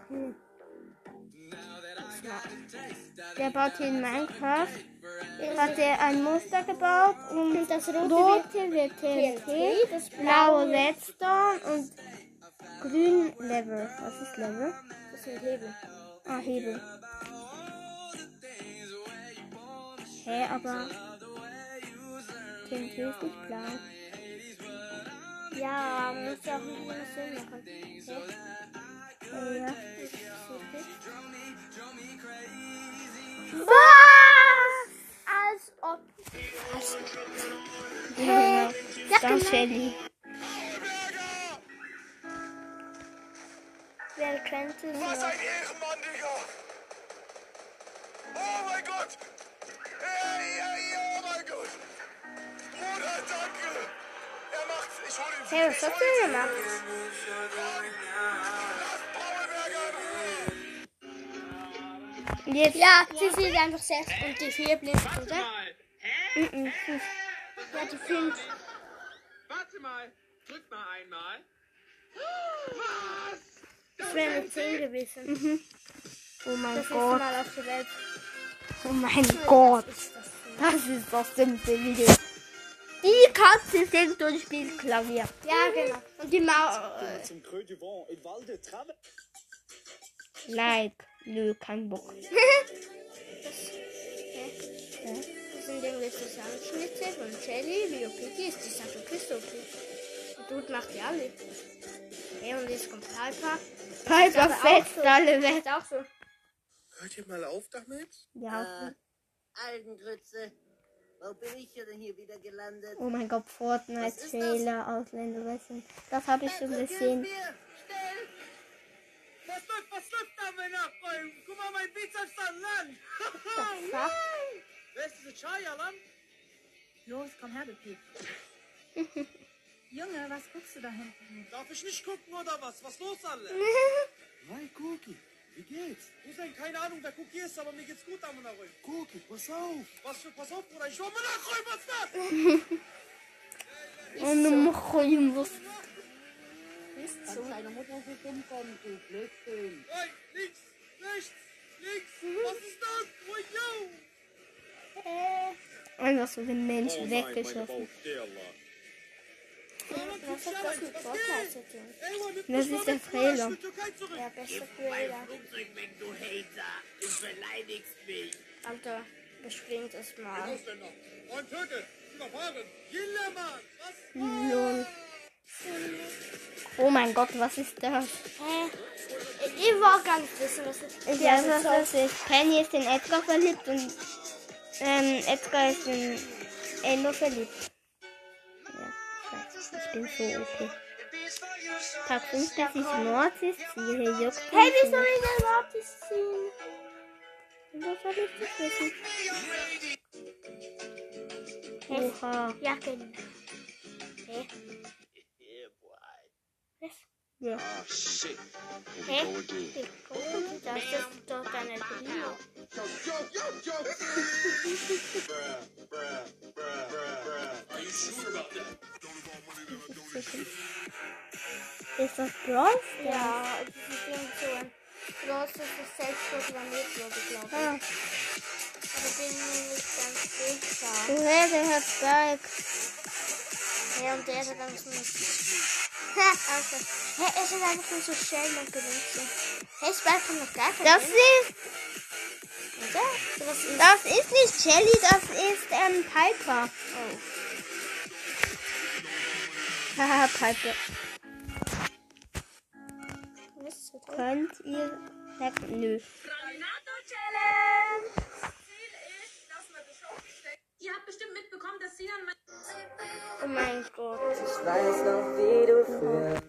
Speaker 2: Mhm.
Speaker 1: Der baut hier in Minecraft. Hat er ein Muster gebaut und das rote wird TNT, das blaue Redstone und grün Level. Was ist Level? Das sind Hebel. Ah, Hebel. Hä, aber TNT ist nicht blau.
Speaker 2: Ja, muss ja auch ein bisschen Sinn machen. Okay.
Speaker 1: Ja.
Speaker 2: Was? Als ob.
Speaker 1: Genau. Dann Shelly.
Speaker 2: Wer könnte
Speaker 8: Was
Speaker 2: so.
Speaker 8: ein Ehrenmann, Digga! Oh mein Gott! Ey, ey, oh mein Gott! Bruder, danke! Er macht's, ich hol ihn!
Speaker 2: Hey, was
Speaker 8: ich hol
Speaker 2: hast du denn
Speaker 8: ihn.
Speaker 2: gemacht?
Speaker 8: Lass Paulberger in Ruhe!
Speaker 1: Jetzt.
Speaker 2: Ja, sie sieht einfach selbst und die vier blinkt, oder? Mm,
Speaker 1: Mhm.
Speaker 2: Ja, die fünf.
Speaker 9: Warte mal, drück mal einmal.
Speaker 2: Das wäre eine 10 gewesen.
Speaker 9: Mhm.
Speaker 1: Oh mein
Speaker 2: Das ist
Speaker 1: Gott.
Speaker 2: mal auf der Welt.
Speaker 1: Oh mein Gott. Das ist das simpel Video. Die Katze singt und spielt Klavier.
Speaker 2: Ja, genau.
Speaker 1: Und die Maus.
Speaker 3: Zum Creux du Vent, im Walde, Trabe.
Speaker 1: Like. Nö, kein Bock.
Speaker 2: Das sind irgendwelche Zusammenschnitte von Jelly, Leo Piggy ist die Sache Christoph. Der Dude macht die alle. Hey, und jetzt kommt Piper.
Speaker 1: Piper
Speaker 2: aber auch
Speaker 1: fetzt
Speaker 2: so.
Speaker 1: alle
Speaker 2: Der
Speaker 1: weg.
Speaker 2: ist auch so.
Speaker 8: Hört ihr mal auf damit?
Speaker 1: Ja.
Speaker 10: Algengrütze. Wo bin ich denn hier wieder gelandet?
Speaker 1: Oh mein Gott, Fortnite,
Speaker 10: Was ist das?
Speaker 1: Trailer, Ausländer, wissen. Das habe ich schon gesehen.
Speaker 10: Schnell!
Speaker 9: Was läuft, was läuft da, Männer? Ähm, Guck mal, mein Bizeps da an Land. Wer ist diese Chaya, Land?
Speaker 7: Los, komm her, du Piep. Junge, was guckst du da hinten?
Speaker 9: Darf ich nicht gucken oder was? Was los, alle?
Speaker 8: Hi, Cookie, wie geht's?
Speaker 9: Du sein, keine Ahnung, wer Cookie ist, aber mir geht's gut, Amunaröy.
Speaker 8: Cookie, pass auf!
Speaker 9: Was für, pass auf, Bruder, ich war Amunaröy, was ist das?
Speaker 1: Und du machst ihn was.
Speaker 10: Kann deine Mutter so dumm kommen, du Blödsinn.
Speaker 9: Ey, links, rechts, links, was ist das? Oh, yo.
Speaker 1: Einfach so den Menschen weggeschossen.
Speaker 2: Was hat das mit Fortnite zu tun?
Speaker 9: Ey, Mann, nimm
Speaker 1: Das
Speaker 9: mich mal
Speaker 1: ist der
Speaker 9: mit, Bruder, ich
Speaker 1: Trailer.
Speaker 9: will Türkei zurück.
Speaker 2: Ja, beste Trailer.
Speaker 6: Flugzeug weg, du Hater. Du beleidigst mich.
Speaker 2: Alter, bespringt es mal.
Speaker 9: Ausländer, ein Türke, überfahren, Gillermann, was?
Speaker 1: Lol. Oh mein Gott, was ist das?
Speaker 2: Hä? Ich wollte gar nicht wissen, was das
Speaker 1: Ich weiß, was das ist. Penny ist in Edgar verliebt und ähm, Edgar ist in Endo verliebt. Ja, scheiße. Ich bin so okay. Tag 5, das ist Mortis. Siehe, juckt.
Speaker 2: Hey, wie soll ich denn überhaupt das sehen?
Speaker 1: Was soll ich das wissen? Oha.
Speaker 2: Ja, genau. Hä?
Speaker 1: Ja.
Speaker 2: Hä? Die Kuchen, Das ist doch deine Bio.
Speaker 6: Are you sure about that?
Speaker 1: Ist das Brawl Stars?
Speaker 2: Ja, das ist irgend so ein großes, das selbst programmiert wurde, glaube ich.
Speaker 1: Ah.
Speaker 2: Aber bin mir nicht ganz sicher.
Speaker 1: Woher der Herr Spike?
Speaker 2: Ja, und der ist dann so Ha, Alter. Hä, er ist einfach nur so schnell und gewinnt so. Hey, Spike kann noch gar keinen
Speaker 1: Das
Speaker 2: Sinn,
Speaker 1: ist,
Speaker 2: oder? So was ist
Speaker 1: das ist nicht Shelly, das ist ähm, Piper. Haha, Piper.
Speaker 2: Mist so toll.
Speaker 1: Könnt ihr. Ja, nö.
Speaker 7: Granado Challenge! Ziel ist, dass man bescheuert steckt. Ihr habt bestimmt mitbekommen, dass Sinan mein.
Speaker 2: Oh mein Gott.
Speaker 11: Ich weiß noch, wie du früher.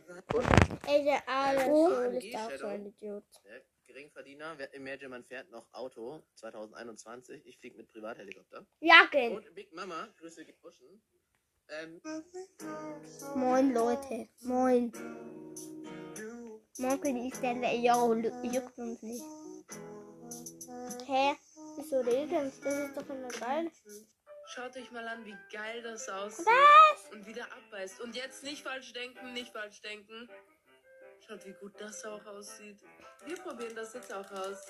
Speaker 2: Ey, der Arle
Speaker 11: Oh.
Speaker 2: Schul ist auch so ein Idiot.
Speaker 12: Wer- Geringverdiener, wer- imagine man fährt noch Auto 2021. Ich fliege mit Privathelikopter.
Speaker 2: Ja, gell.
Speaker 12: Und Big Mama, Grüße gehen Buschen. Ähm,
Speaker 1: Moin Leute, moin. Morgen ist der Le Yo, lu- juckt uns nicht.
Speaker 2: Hä? Wieso regeln? Das ist doch immer geil.
Speaker 13: Schaut euch mal an, wie geil das aussieht. Und wieder abbeißt. Und jetzt nicht falsch denken, nicht falsch denken. Schaut, wie gut das auch aussieht. Wir probieren das jetzt auch aus.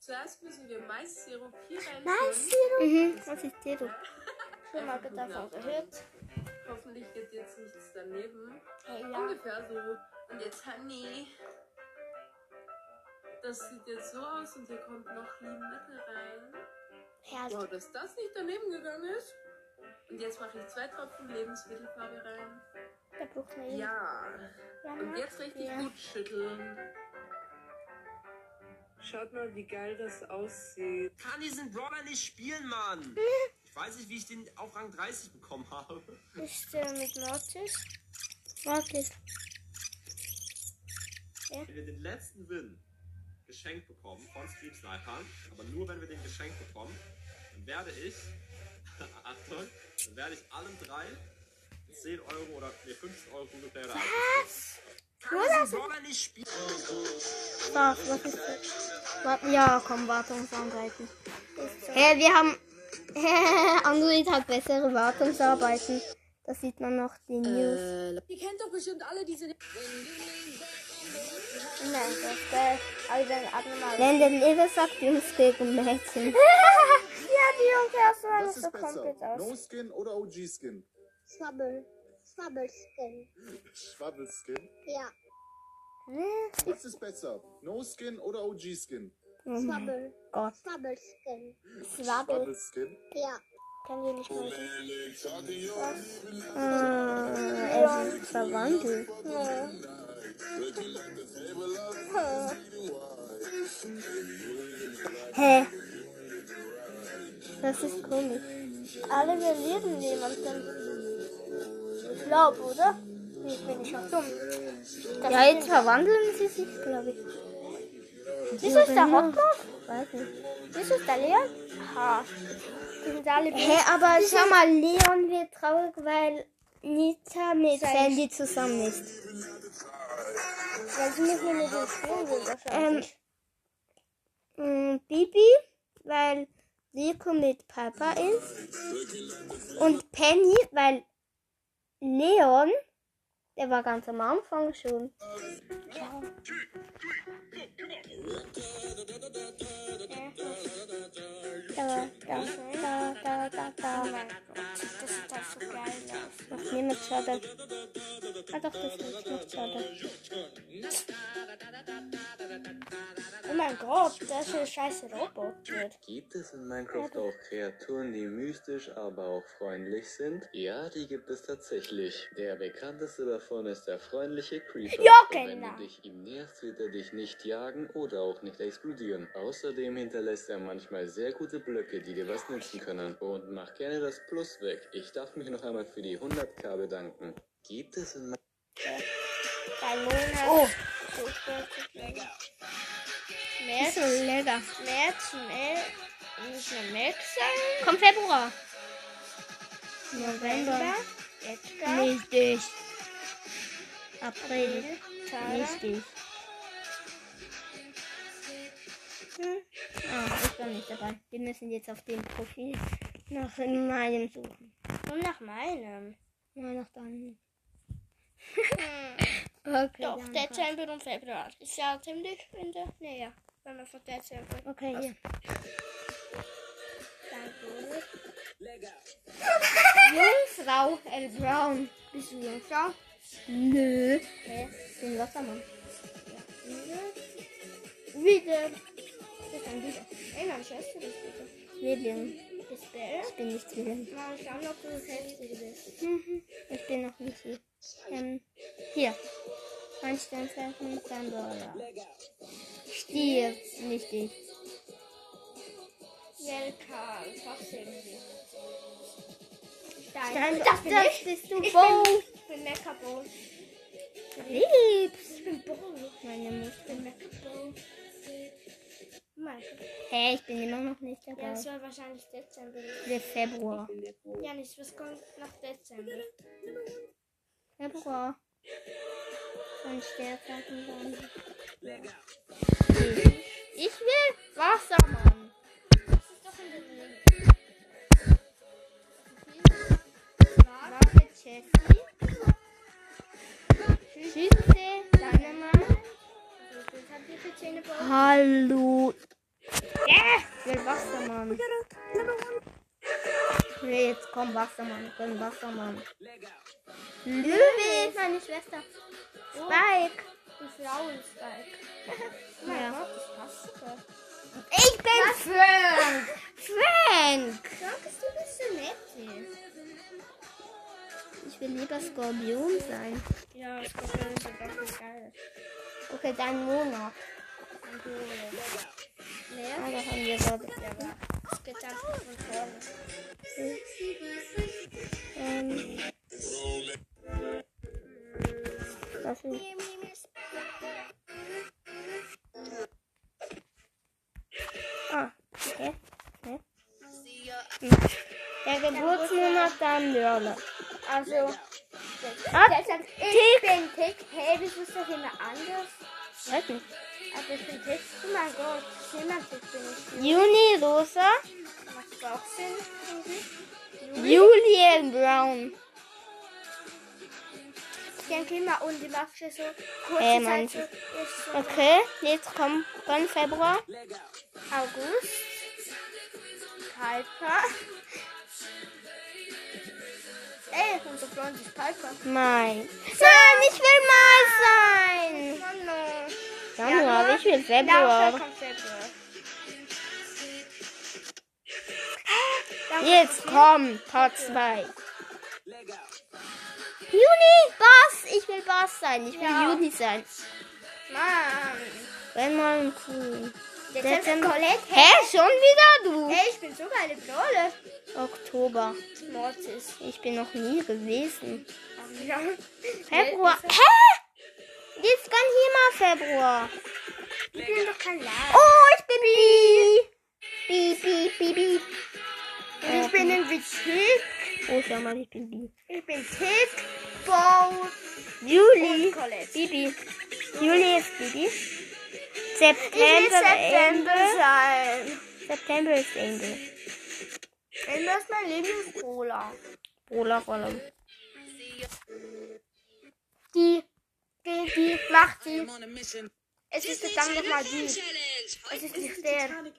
Speaker 13: Zuerst müssen wir Mais-Sirup hier rein.
Speaker 1: Maissirup? Mhm, was ist Sirup?
Speaker 13: Schon mal
Speaker 2: gedacht, auch gehört.
Speaker 13: Hoffentlich geht jetzt nichts daneben.
Speaker 2: Hey, ja.
Speaker 13: Ungefähr so. Und jetzt Honey. Das sieht jetzt so aus und hier kommt noch Limette rein. Wow, dass das nicht daneben gegangen ist. Und jetzt mache ich zwei Tropfen Lebensmittelfarbe rein.
Speaker 2: Der braucht eine
Speaker 13: Ja.
Speaker 2: Oh. Ja,
Speaker 13: Und
Speaker 2: mag
Speaker 13: jetzt richtig
Speaker 2: mir.
Speaker 13: gut schütteln. Schaut mal, wie geil das aussieht.
Speaker 14: kann diesen Brawler nicht spielen, Mann. Ich weiß nicht, wie ich den auf Rang 30 bekommen habe.
Speaker 2: Ist der mit Mortis? Mortis.
Speaker 14: Wenn wir den letzten Win geschenkt bekommen von Street Sniper, aber nur wenn wir den geschenkt bekommen, dann werde ich, Achtung, dann werde ich allen drei 10 Euro oder nee, 15 Euro Google Play oder
Speaker 1: Was?
Speaker 14: Kann diesen Brawler nicht spielen.
Speaker 1: Ach, was ist das? Warte, ja, komm, Wartungsarbeiten. Hä, wir haben. Android hat bessere Wartungsarbeiten. Das sieht man noch,
Speaker 15: Äh,
Speaker 1: die News.
Speaker 4: Ihr kennt doch bestimmt alle diese.
Speaker 2: Nein, das ist geil. Aber dann abnormal.
Speaker 1: Wenn der Level sagt, Jungs gegen Mädchen.
Speaker 2: ja, die Jungs aus meiner
Speaker 15: Was
Speaker 2: so
Speaker 15: ist
Speaker 2: komplett
Speaker 15: besser?
Speaker 2: aus.
Speaker 15: No-Skin oder OG-Skin?
Speaker 2: Schwabbel. Schwabbelskin.
Speaker 15: Schwabbelskin?
Speaker 2: Ja.
Speaker 15: Was ist besser? No-Skin oder OG-Skin?
Speaker 2: Schwabbel.
Speaker 15: Gott.
Speaker 2: Schwabbelskin.
Speaker 1: Mhm.
Speaker 15: Schwabbelskin?
Speaker 2: Ja. Kann ich nicht mehr. Ah,
Speaker 1: Äh, er ist verwandelt.
Speaker 2: Ja.
Speaker 1: Hä? Das ist komisch.
Speaker 2: Alle wir lieben jemanden. Ich glaube, oder? Ich bin nicht auch dumm. Das
Speaker 1: Ja, jetzt verwandeln sie sich, glaube ich.
Speaker 2: Wieso ist der Hotdog?
Speaker 1: Weiß nicht.
Speaker 2: Wieso ist der Leon? Ha. Die sind alle
Speaker 1: Hä, aber schau mal, Leon wird traurig, weil Nita mit Sandy zusammen ist.
Speaker 2: Weil sie nicht mehr mit dem Sprung sind
Speaker 1: Ähm,
Speaker 2: wahrscheinlich.
Speaker 1: ähm, Bibi, weil Rico mit Papa ist. Und Penny, weil Leon, der war ganz am Anfang schon.
Speaker 2: Da, da, da, da, da, da. Oh mein Gott, das sieht doch so geil aus.
Speaker 1: Macht niemand Schaden. Ah doch, das macht noch Schaden.
Speaker 2: Oh mein Gott, das ist ein scheiß Robot.
Speaker 16: Gibt es in Minecraft auch Kreaturen, die mystisch, aber auch freundlich sind? Ja, die gibt es tatsächlich. Der bekannteste davon ist der freundliche Creeper.
Speaker 2: Ja,
Speaker 16: Und Wenn
Speaker 2: genau.
Speaker 16: du dich ihm näherst, wird er dich nicht jagen oder auch nicht explodieren. Außerdem hinterlässt er manchmal sehr gute Blöcke, die dir was nützen können. Und mach gerne das Plus weg. Ich darf mich noch einmal für die 100k bedanken. Gibt es in Minecraft...
Speaker 2: Ballone.
Speaker 1: Oh.
Speaker 2: März.
Speaker 1: Ist so lecker.
Speaker 2: März, März. Muss man März sein?
Speaker 1: Komm, Februar.
Speaker 2: November. Edgar.
Speaker 1: Richtig. April.
Speaker 2: Tara.
Speaker 1: Richtig. Hm? Ah, ich war nicht dabei. Wir müssen jetzt auf dem Profil nach meinem suchen.
Speaker 2: Und nach meinem.
Speaker 1: Nein, nach deinem.
Speaker 2: Okay,
Speaker 1: Doch,
Speaker 2: Doch,
Speaker 1: Dezember
Speaker 2: Dezember und Februar. Ist ja ziemlich in der Nähe, wenn man von Dezember.
Speaker 1: Okay, hier. Jungfrau El Brown. äh, Bist du Jungfrau? Nö.
Speaker 2: Hä?
Speaker 1: Ich bin Wassermann.
Speaker 2: Wieder. Das ist ein Wieder. Ey, meine Schwester ist wieder.
Speaker 1: Zwilling.
Speaker 2: Bist Bär?
Speaker 1: Ich bin nicht Zwilling.
Speaker 2: Mal schauen, ob du selbst bist.
Speaker 1: Mhm, Ich bin noch nicht hier. Ähm, hier. Ein Sternzeichen, kein Brawler. Stier, nicht ich.
Speaker 2: Welka, ich hab's irgendwie. Stein.
Speaker 1: Das, das bist du
Speaker 2: Ich
Speaker 1: Bo.
Speaker 2: bin, ich bin Meckerbo.
Speaker 1: Liebst.
Speaker 2: Ich bin Bo. Meine Mutter bin Meckerbo.
Speaker 1: Hä, ich bin immer noch nicht dabei.
Speaker 2: Ja, das war wahrscheinlich Dezember.
Speaker 1: Der Februar.
Speaker 2: Ja, nicht, was kommt nach Dezember?
Speaker 1: Februar. Von Sternzeichen Ich will Wassermann.
Speaker 2: Das ist doch in der Nähe.
Speaker 1: Warte, Chelsea. Schütze, Dynamite.
Speaker 2: Also, jetzt habt ihr die Zähne bei euch.
Speaker 1: Hallo. Ja, ich will Wassermann. Nee, jetzt komm, Wassermann, komm, Wassermann. Löwe ist meine Schwester. Spike.
Speaker 2: Die Frau ist Spike. oh mein
Speaker 1: Ja.
Speaker 2: Gott, das passt super.
Speaker 1: Ich bin
Speaker 2: Was?
Speaker 1: Frank. Frank.
Speaker 2: Frank ist ein bisschen nett.
Speaker 1: Ich will lieber Skorpion sein.
Speaker 2: Ja, ich glaube, das ist ein bisschen geil.
Speaker 1: Okay, dann Monat.
Speaker 2: Und Jule. Mehr?
Speaker 1: Ah, da haben wir gerade.
Speaker 2: Das geht dann von vorne.
Speaker 1: Ähm. Was ist? Ah, okay. okay. Hm. Der Geburtsmonat
Speaker 2: eh.
Speaker 1: dann Mörle.
Speaker 2: Also,
Speaker 1: Ah,
Speaker 2: deshalb, ich
Speaker 1: Tick.
Speaker 2: bin Tick. Hey, wieso ist doch jemand anders?
Speaker 1: Weiß nicht.
Speaker 2: Aber ich bin Tick. Oh mein Gott, niemand Tick bin ich.
Speaker 1: Juni Rosa,
Speaker 2: Macht auch Sinn. Juli.
Speaker 1: Julian Brown.
Speaker 2: Ich denke immer, und die macht so kurze
Speaker 1: Äh,
Speaker 2: Zeit.
Speaker 1: manche.
Speaker 2: So, ist so
Speaker 1: Okay, jetzt kommt dann Februar.
Speaker 2: August. Piper. Ey, unser Freund ist Piper.
Speaker 1: Mai. Nein, ich will Mai sein.
Speaker 2: Mann, äh,
Speaker 1: Januar, ich will Hm. Februar.
Speaker 2: Laura kommt Februar.
Speaker 1: Jetzt komm, Part 2. Juni, Bass. Ich will Bass sein. Ich will
Speaker 2: Ja.
Speaker 1: Juni sein.
Speaker 2: Mann.
Speaker 1: Wenn man cool.
Speaker 2: Dezember, Colette,
Speaker 1: Hä, schon wieder du?
Speaker 2: Hey, ich bin so geile Brille.
Speaker 1: Oktober.
Speaker 2: Mortis.
Speaker 1: Ich bin noch nie gewesen.
Speaker 2: Ja.
Speaker 1: Februar.
Speaker 2: Hey,
Speaker 1: Hä? Jetzt kann hier mal Februar.
Speaker 2: Ich bin doch kein Lars.
Speaker 1: Oh, ich bin Bi. Bi, Bi, Bi, Bi.
Speaker 2: Und ich bin irgendwie Tick.
Speaker 1: Oh, schau mal, ich bin Bi.
Speaker 2: Ich bin Tick, Bo
Speaker 1: Juli.
Speaker 2: und Colette.
Speaker 1: Bibi. Juli ist Bibi.
Speaker 2: Ich will
Speaker 1: September,
Speaker 2: September
Speaker 1: Angel.
Speaker 2: sein.
Speaker 1: September ist Angel.
Speaker 2: Ende ist mein Lieblings-Cola.
Speaker 1: Roller, Roller. Die.
Speaker 2: Die, die, mach die. Es ist verdammt nochmal die. Es ist die Stern.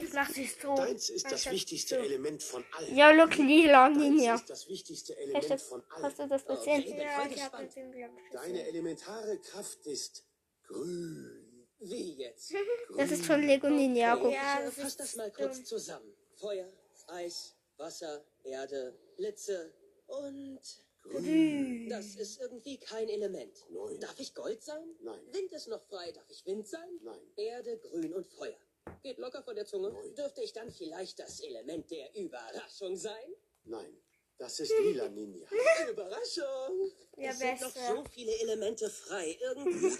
Speaker 2: Das macht sich so.
Speaker 17: Deins ist das wichtigste Element von allen.
Speaker 1: Ja, look, lila Ninja.
Speaker 17: Deins ist das wichtigste
Speaker 1: Hashtag,
Speaker 17: Element von Äh, allen.
Speaker 1: Hast du das gesehen?
Speaker 17: Okay, dann
Speaker 2: Ja,
Speaker 17: frag
Speaker 2: ich
Speaker 17: ich
Speaker 2: hab
Speaker 17: an.
Speaker 2: jetzt den Glauben
Speaker 17: Deine elementare Kraft ist grün. Wie jetzt?
Speaker 1: Das ist von Lego Ninjago.
Speaker 2: Ja, das
Speaker 18: Fass
Speaker 2: ist
Speaker 18: das mal
Speaker 2: dumm.
Speaker 18: kurz zusammen. Feuer, Eis, Wasser, Erde, Blitze und
Speaker 17: Grün.
Speaker 18: Das ist irgendwie kein Element.
Speaker 17: Neun.
Speaker 18: Darf ich Gold sein?
Speaker 17: Nein.
Speaker 18: Wind ist noch frei. Darf ich Wind sein?
Speaker 17: Nein.
Speaker 18: Erde, Grün und Feuer. Geht locker von der Zunge. Dürfte ich dann vielleicht das Element der Überraschung sein?
Speaker 17: Nein. Das ist lila Ninja.
Speaker 18: Überraschung!
Speaker 2: Ja,
Speaker 18: es sind noch
Speaker 2: besser.
Speaker 18: so viele Elemente frei. Irgendwie.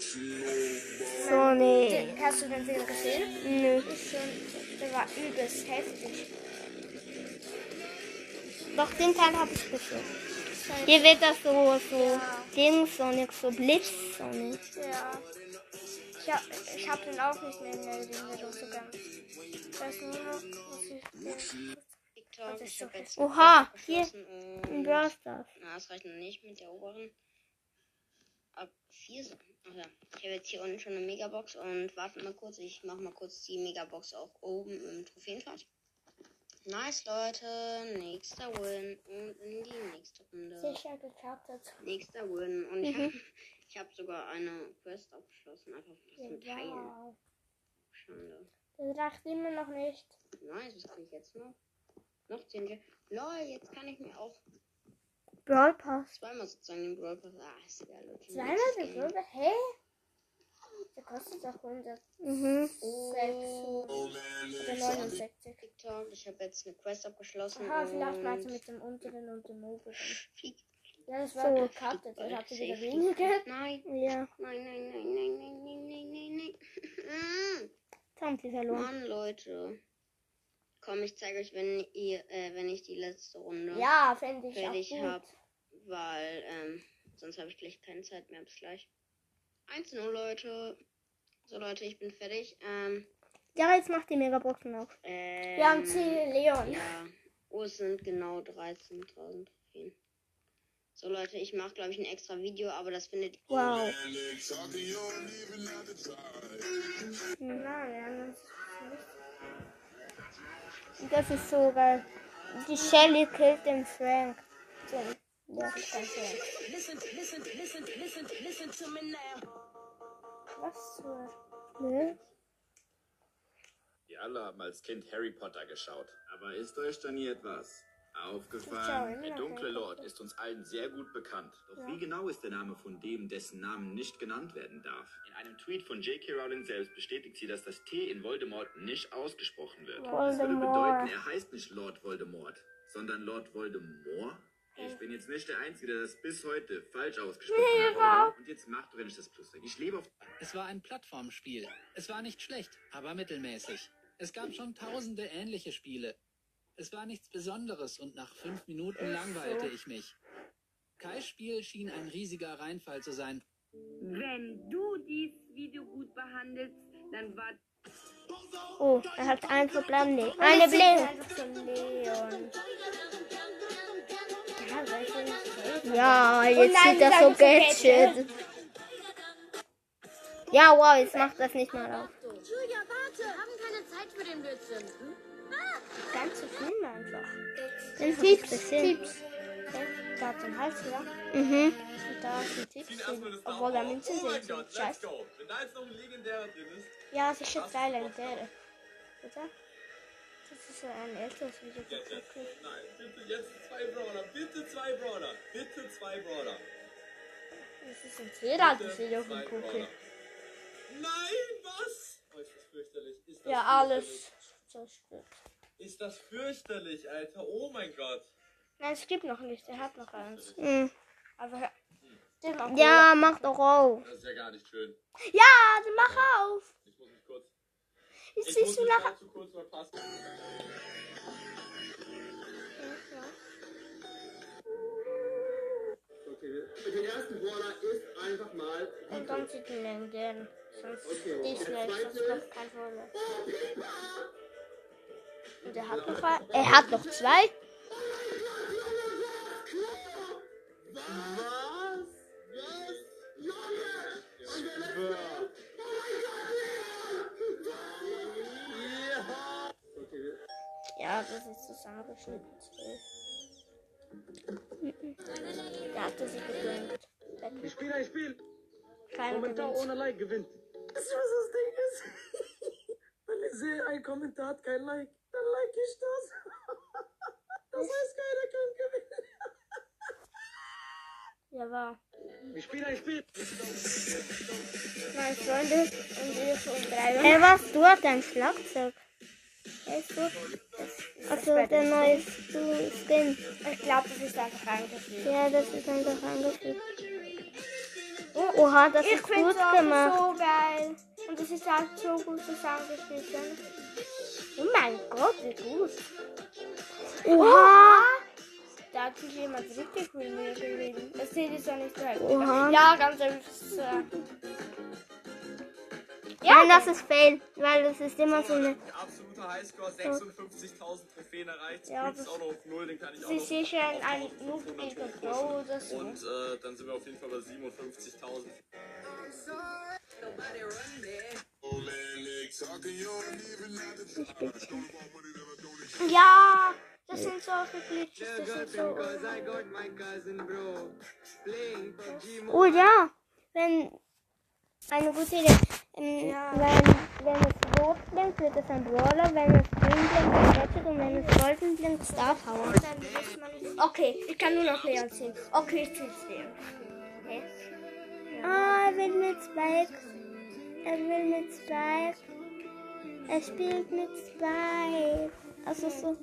Speaker 1: So, nee.
Speaker 2: Den- Hast du den Film gesehen?
Speaker 1: Nö.
Speaker 2: Ich schon. Der war übelst heftig.
Speaker 1: Doch, den Teil habe ich gesehen. Hier wird das so, so Ding Sonic, so Blitz Sonic.
Speaker 2: Ja. Ich hab, ich hab den auch nicht mehr in der Erinnerung so ganz. Ich weiß nur noch, was ich. Das ist so heftig.
Speaker 1: Oha, hier ein Brawl Stars.
Speaker 19: Na, das reicht noch nicht mit der oberen. Ab 4 sind. Also, ich habe jetzt hier unten schon eine Megabox und warte mal kurz. Ich mache mal kurz die Megabox auch oben im Trophäenfahrt. Nice, Leute. Nächster Win und in die nächste Runde.
Speaker 2: Sicher geklappt hat.
Speaker 19: Nächster Win. Und ich
Speaker 2: Mhm.
Speaker 19: habe ich hab sogar eine Quest abgeschlossen. Einfach zum Teilen.
Speaker 2: Wow.
Speaker 19: Schande.
Speaker 2: Das reicht immer noch nicht.
Speaker 19: Nice, was kann ich jetzt noch? Noch 10 Ge- Lol, jetzt kann ich mir auch
Speaker 1: Brawl Pass.
Speaker 19: zweimal sozusagen den Brawl Pass. Ah, ist egal, Leute.
Speaker 2: Zweimal
Speaker 19: Nächstes
Speaker 2: so
Speaker 19: Game.
Speaker 2: drüber? Hä? Der kostet auch 100.
Speaker 1: Mhm.
Speaker 2: Oder 69.
Speaker 19: Oh, TikTok, ich habe jetzt eine Quest abgeschlossen.
Speaker 2: Aha, Ah, vielleicht
Speaker 19: und-
Speaker 2: meinst du mit dem unteren und dem oberen. Ja, das war
Speaker 1: Oh,
Speaker 19: So.
Speaker 2: gekattet. Ich hatte wieder
Speaker 19: Safe.
Speaker 2: weniger.
Speaker 19: Nein.
Speaker 2: Ja.
Speaker 19: Nein, nein, nein, nein, nein, nein, nein, nein, nein.
Speaker 1: Tanti verloren.
Speaker 19: Mann, Leute. Komm, ich zeige euch, wenn ihr, äh, wenn ich die letzte Runde
Speaker 1: Ja, fänd ich auch
Speaker 19: fertig
Speaker 1: gut.
Speaker 19: hab, Weil, ähm, sonst habe ich gleich keine Zeit mehr. Bis gleich. 1-0, Leute. So, Leute, ich bin fertig. Ähm,
Speaker 1: Ja, jetzt macht die Megaboxen auf.
Speaker 19: ähm,
Speaker 1: Wir haben Ziel, Leon.
Speaker 19: Ja. Oh, es sind genau 13.000 Trophäen. So, Leute, ich mache, glaube ich, ein extra Video, aber das findet ihr.
Speaker 1: Wow.
Speaker 2: Nein, wir haben uns
Speaker 1: Das ist so geil. Die Shelly killt den Frank. Das ist ganz geil.
Speaker 7: Listen, listen, listen, listen, listen to me now.
Speaker 2: Was zur...
Speaker 1: Ne?
Speaker 14: Wir alle haben als Kind Harry Potter geschaut. Aber ist euch da nie etwas
Speaker 2: Ich schaue
Speaker 14: aufgefallen?
Speaker 2: immer
Speaker 14: Der
Speaker 2: noch
Speaker 14: dunkle
Speaker 2: Harry
Speaker 14: Lord ist uns allen sehr gut bekannt. Doch
Speaker 2: Ja.
Speaker 14: wie genau ist der Name von dem, dessen Namen nicht genannt werden darf? In einem Tweet von J.K. Rowling selbst bestätigt sie, dass das T in Voldemort nicht ausgesprochen wird. Das würde
Speaker 1: Voldemort.
Speaker 14: bedeuten, er heißt nicht Lord Voldemort, sondern Lord Voldemort. Ich bin jetzt nicht der Einzige, der das bis heute falsch ausgesprochen hat. Und jetzt macht doch endlich das Plus weg. Ich lebe auf
Speaker 20: Es war ein Plattformspiel. Es war nicht schlecht, aber mittelmäßig. Es gab schon tausende ähnliche Spiele. Es war nichts Besonderes und nach fünf Minuten langweilte ich mich. Kais Spiel schien ein riesiger Reinfall zu sein.
Speaker 7: Wenn du dies Video gut behandelst, dann war
Speaker 1: Oh, er hat ein Problem. Nee,
Speaker 2: Und
Speaker 1: eine
Speaker 2: jetzt sind wir
Speaker 1: Blink.
Speaker 2: einfach so Leon. Ja, weil ich ihn nicht selber-
Speaker 1: Ja,
Speaker 2: Und
Speaker 1: jetzt
Speaker 2: nein,
Speaker 1: sieht das
Speaker 2: sag
Speaker 1: so
Speaker 2: nicht Gadget.
Speaker 1: gadget. Ja, wow, jetzt macht das nicht mal auf.
Speaker 7: Julia, warte! Wir haben keine Zeit für den Hm? Blödsinn.
Speaker 2: Ganze Filme einfach.
Speaker 1: Den Tipps ist hin.
Speaker 2: Okay, Da hat den Hals wieder.
Speaker 1: Mhm.
Speaker 2: Und da ist ein Tipps hin. Obwohl da Münzen
Speaker 6: Oh mein
Speaker 2: sind.
Speaker 6: Gott, let's
Speaker 2: Scheiße.
Speaker 6: go. Wenn da jetzt noch ein legendärer drin ist.
Speaker 2: Ja, das ist jetzt geil, ein Dere. Oder? Das ist so ein älteres Video.
Speaker 6: Ja, ja. Nein, bitte jetzt zwei Brawler. Bitte zwei Brawler. Bitte zwei Brawler.
Speaker 2: Das ist ein derartiges Video von
Speaker 6: Zwei
Speaker 2: Kuckel.
Speaker 6: Brawler. Nein, was? Oh, ist das fürchterlich. Ist das
Speaker 2: Ja,
Speaker 6: fürchterlich.
Speaker 2: alles zerstört.
Speaker 6: Ist das fürchterlich, Alter. Oh mein Gott.
Speaker 2: Nein, es gibt noch nicht. Er hat noch eins.
Speaker 1: Mhm.
Speaker 2: Aber hör. Den auch
Speaker 1: Ja,
Speaker 2: wieder.
Speaker 1: macht doch auf.
Speaker 6: Das ist ja gar nicht schön.
Speaker 1: Ja, dann mach auf.
Speaker 6: Ich muss mich kurz.
Speaker 1: Jetzt
Speaker 6: ich
Speaker 1: siehst
Speaker 6: muss
Speaker 1: du
Speaker 6: mich
Speaker 1: nach-
Speaker 6: dazu kurz verpassen. Okay, mit dem ersten Brawler ist einfach mal.
Speaker 2: Und dann sieht man den gern. Sonst
Speaker 6: Okay.
Speaker 2: Disney,
Speaker 6: Der
Speaker 2: sonst
Speaker 6: zweite- Oh,
Speaker 2: noch kein Rolle. Und er hat noch ein.
Speaker 1: Er hat noch zwei.
Speaker 6: Was? Was? Junge! Und der letzte!
Speaker 2: Ja, das ist zusammengeschnitten. Da hat er sich gedrückt. Ich
Speaker 9: spiele ein Spiel.
Speaker 2: Keiner
Speaker 9: Kommentar
Speaker 2: gewinnt.
Speaker 9: ohne Like gewinnt. Weißt du, was das Ding ist? Wenn ich sehe, ein Kommentar hat kein Like, dann like ich das. Das heißt, keiner kann gewinnen.
Speaker 2: Ja, war.
Speaker 9: Ich spiele ein Spiel.
Speaker 2: Meine Freunde und wir von drei.
Speaker 1: Er was? Du hast ein Schlagzeug.
Speaker 2: Er ist gut.
Speaker 1: Also der neue Skin.
Speaker 2: Ich glaube, das ist einfach reingefügt.
Speaker 1: Ja, das ist einfach angefügt. Oha, das
Speaker 2: ich
Speaker 1: ist
Speaker 2: find's
Speaker 1: gut
Speaker 2: auch
Speaker 1: gemacht.
Speaker 2: so geil. Und das ist halt so gut zusammengespielt. oder? Oh mein Gott, wie gut.
Speaker 1: Oha.
Speaker 2: Da hat sich jemand richtig viel Mühe gegeben. Das seht ihr so nicht direkt.
Speaker 1: Oha.
Speaker 2: Ja, ganz ehrlich. das ist, äh,
Speaker 1: Nein, das ist fail, weil das ist immer so eine...
Speaker 6: Absoluter Highscore, 56.000 Trophäen erreicht.
Speaker 2: Ja,
Speaker 6: Ja,
Speaker 2: das-
Speaker 6: ist auch noch auf null, den kann ich auch
Speaker 2: Sie
Speaker 6: noch.
Speaker 2: ist sicher ein- ein Noob gegen Pro oder so.
Speaker 6: Und äh, dann sind wir auf jeden Fall bei 57.000.
Speaker 2: Ja, das sind solche Glitches. Das sind so.
Speaker 1: Oh ja, wenn... Eine gute Idee. Ähm, Wenn, wenn es rot blinkt, wird es ein Brawler. Wenn es grün blinkt, ein Gadget. Und wenn es golden blinkt, Star Power.
Speaker 2: Okay, ich kann nur noch Leon ziehen. Okay, ich zieh's Leon. Okay.
Speaker 1: Ah, wenn mit Spike. Er will mit Spike. Er spielt mit Spike. Also so.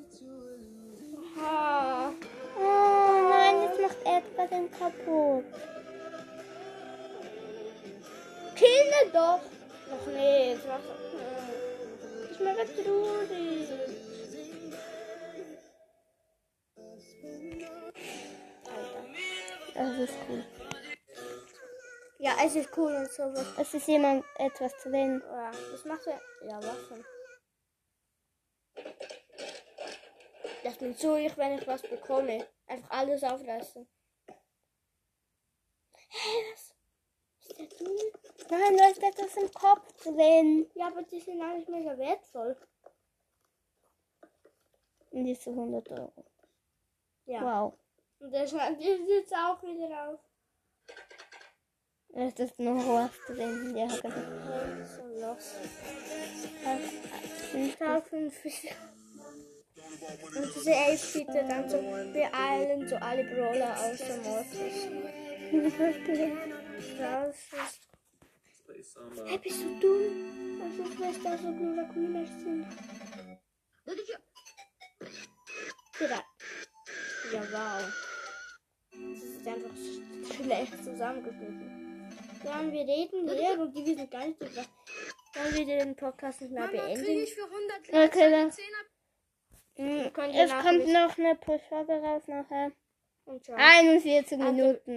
Speaker 2: Ah.
Speaker 1: Ha. Oh nein, jetzt macht Edgar den kaputt. Kille doch.
Speaker 2: Noch nicht. Mach, hm. ich mag Trudi.
Speaker 1: Das ist cool.
Speaker 2: Ja, es ist cool und sowas.
Speaker 1: Es ist jemand etwas zu sehen.
Speaker 2: Ja, das macht er. Ja, was denn? Das bin so ich, wenn ich was bekomme. Einfach alles auflassen.
Speaker 1: Hey, was? Ist der dumm? Nein, da ist etwas im Kopf drin.
Speaker 2: Ja, aber die sind auch nicht mehr so wertvoll.
Speaker 1: Und die ist so 100 Euro.
Speaker 2: Ja.
Speaker 1: Wow.
Speaker 2: Und der schreibt jetzt auch wieder auf.
Speaker 1: Es ist noch was drin. Ja, genau.
Speaker 2: So los. Und kaufen Fische. Und diese Elf sieht er dann so beeilen so alle Brawler außer Mortis. Hey, bist du dumm? Was ist, wenn da so grüne Grüne sind? Digga. Ja, wow. Das ist einfach so schlecht zusammengeschnitten. Dann wir reden hier und die wissen gar nicht, was. Dann wir den Podcast nicht mehr beenden. Hm,
Speaker 1: für 100 Okay, dann.
Speaker 2: Könnt ihr
Speaker 1: Es kommt
Speaker 2: nachlesen.
Speaker 1: noch eine Push-Folge raus nachher.
Speaker 2: Und ciao.
Speaker 1: 41 Minuten.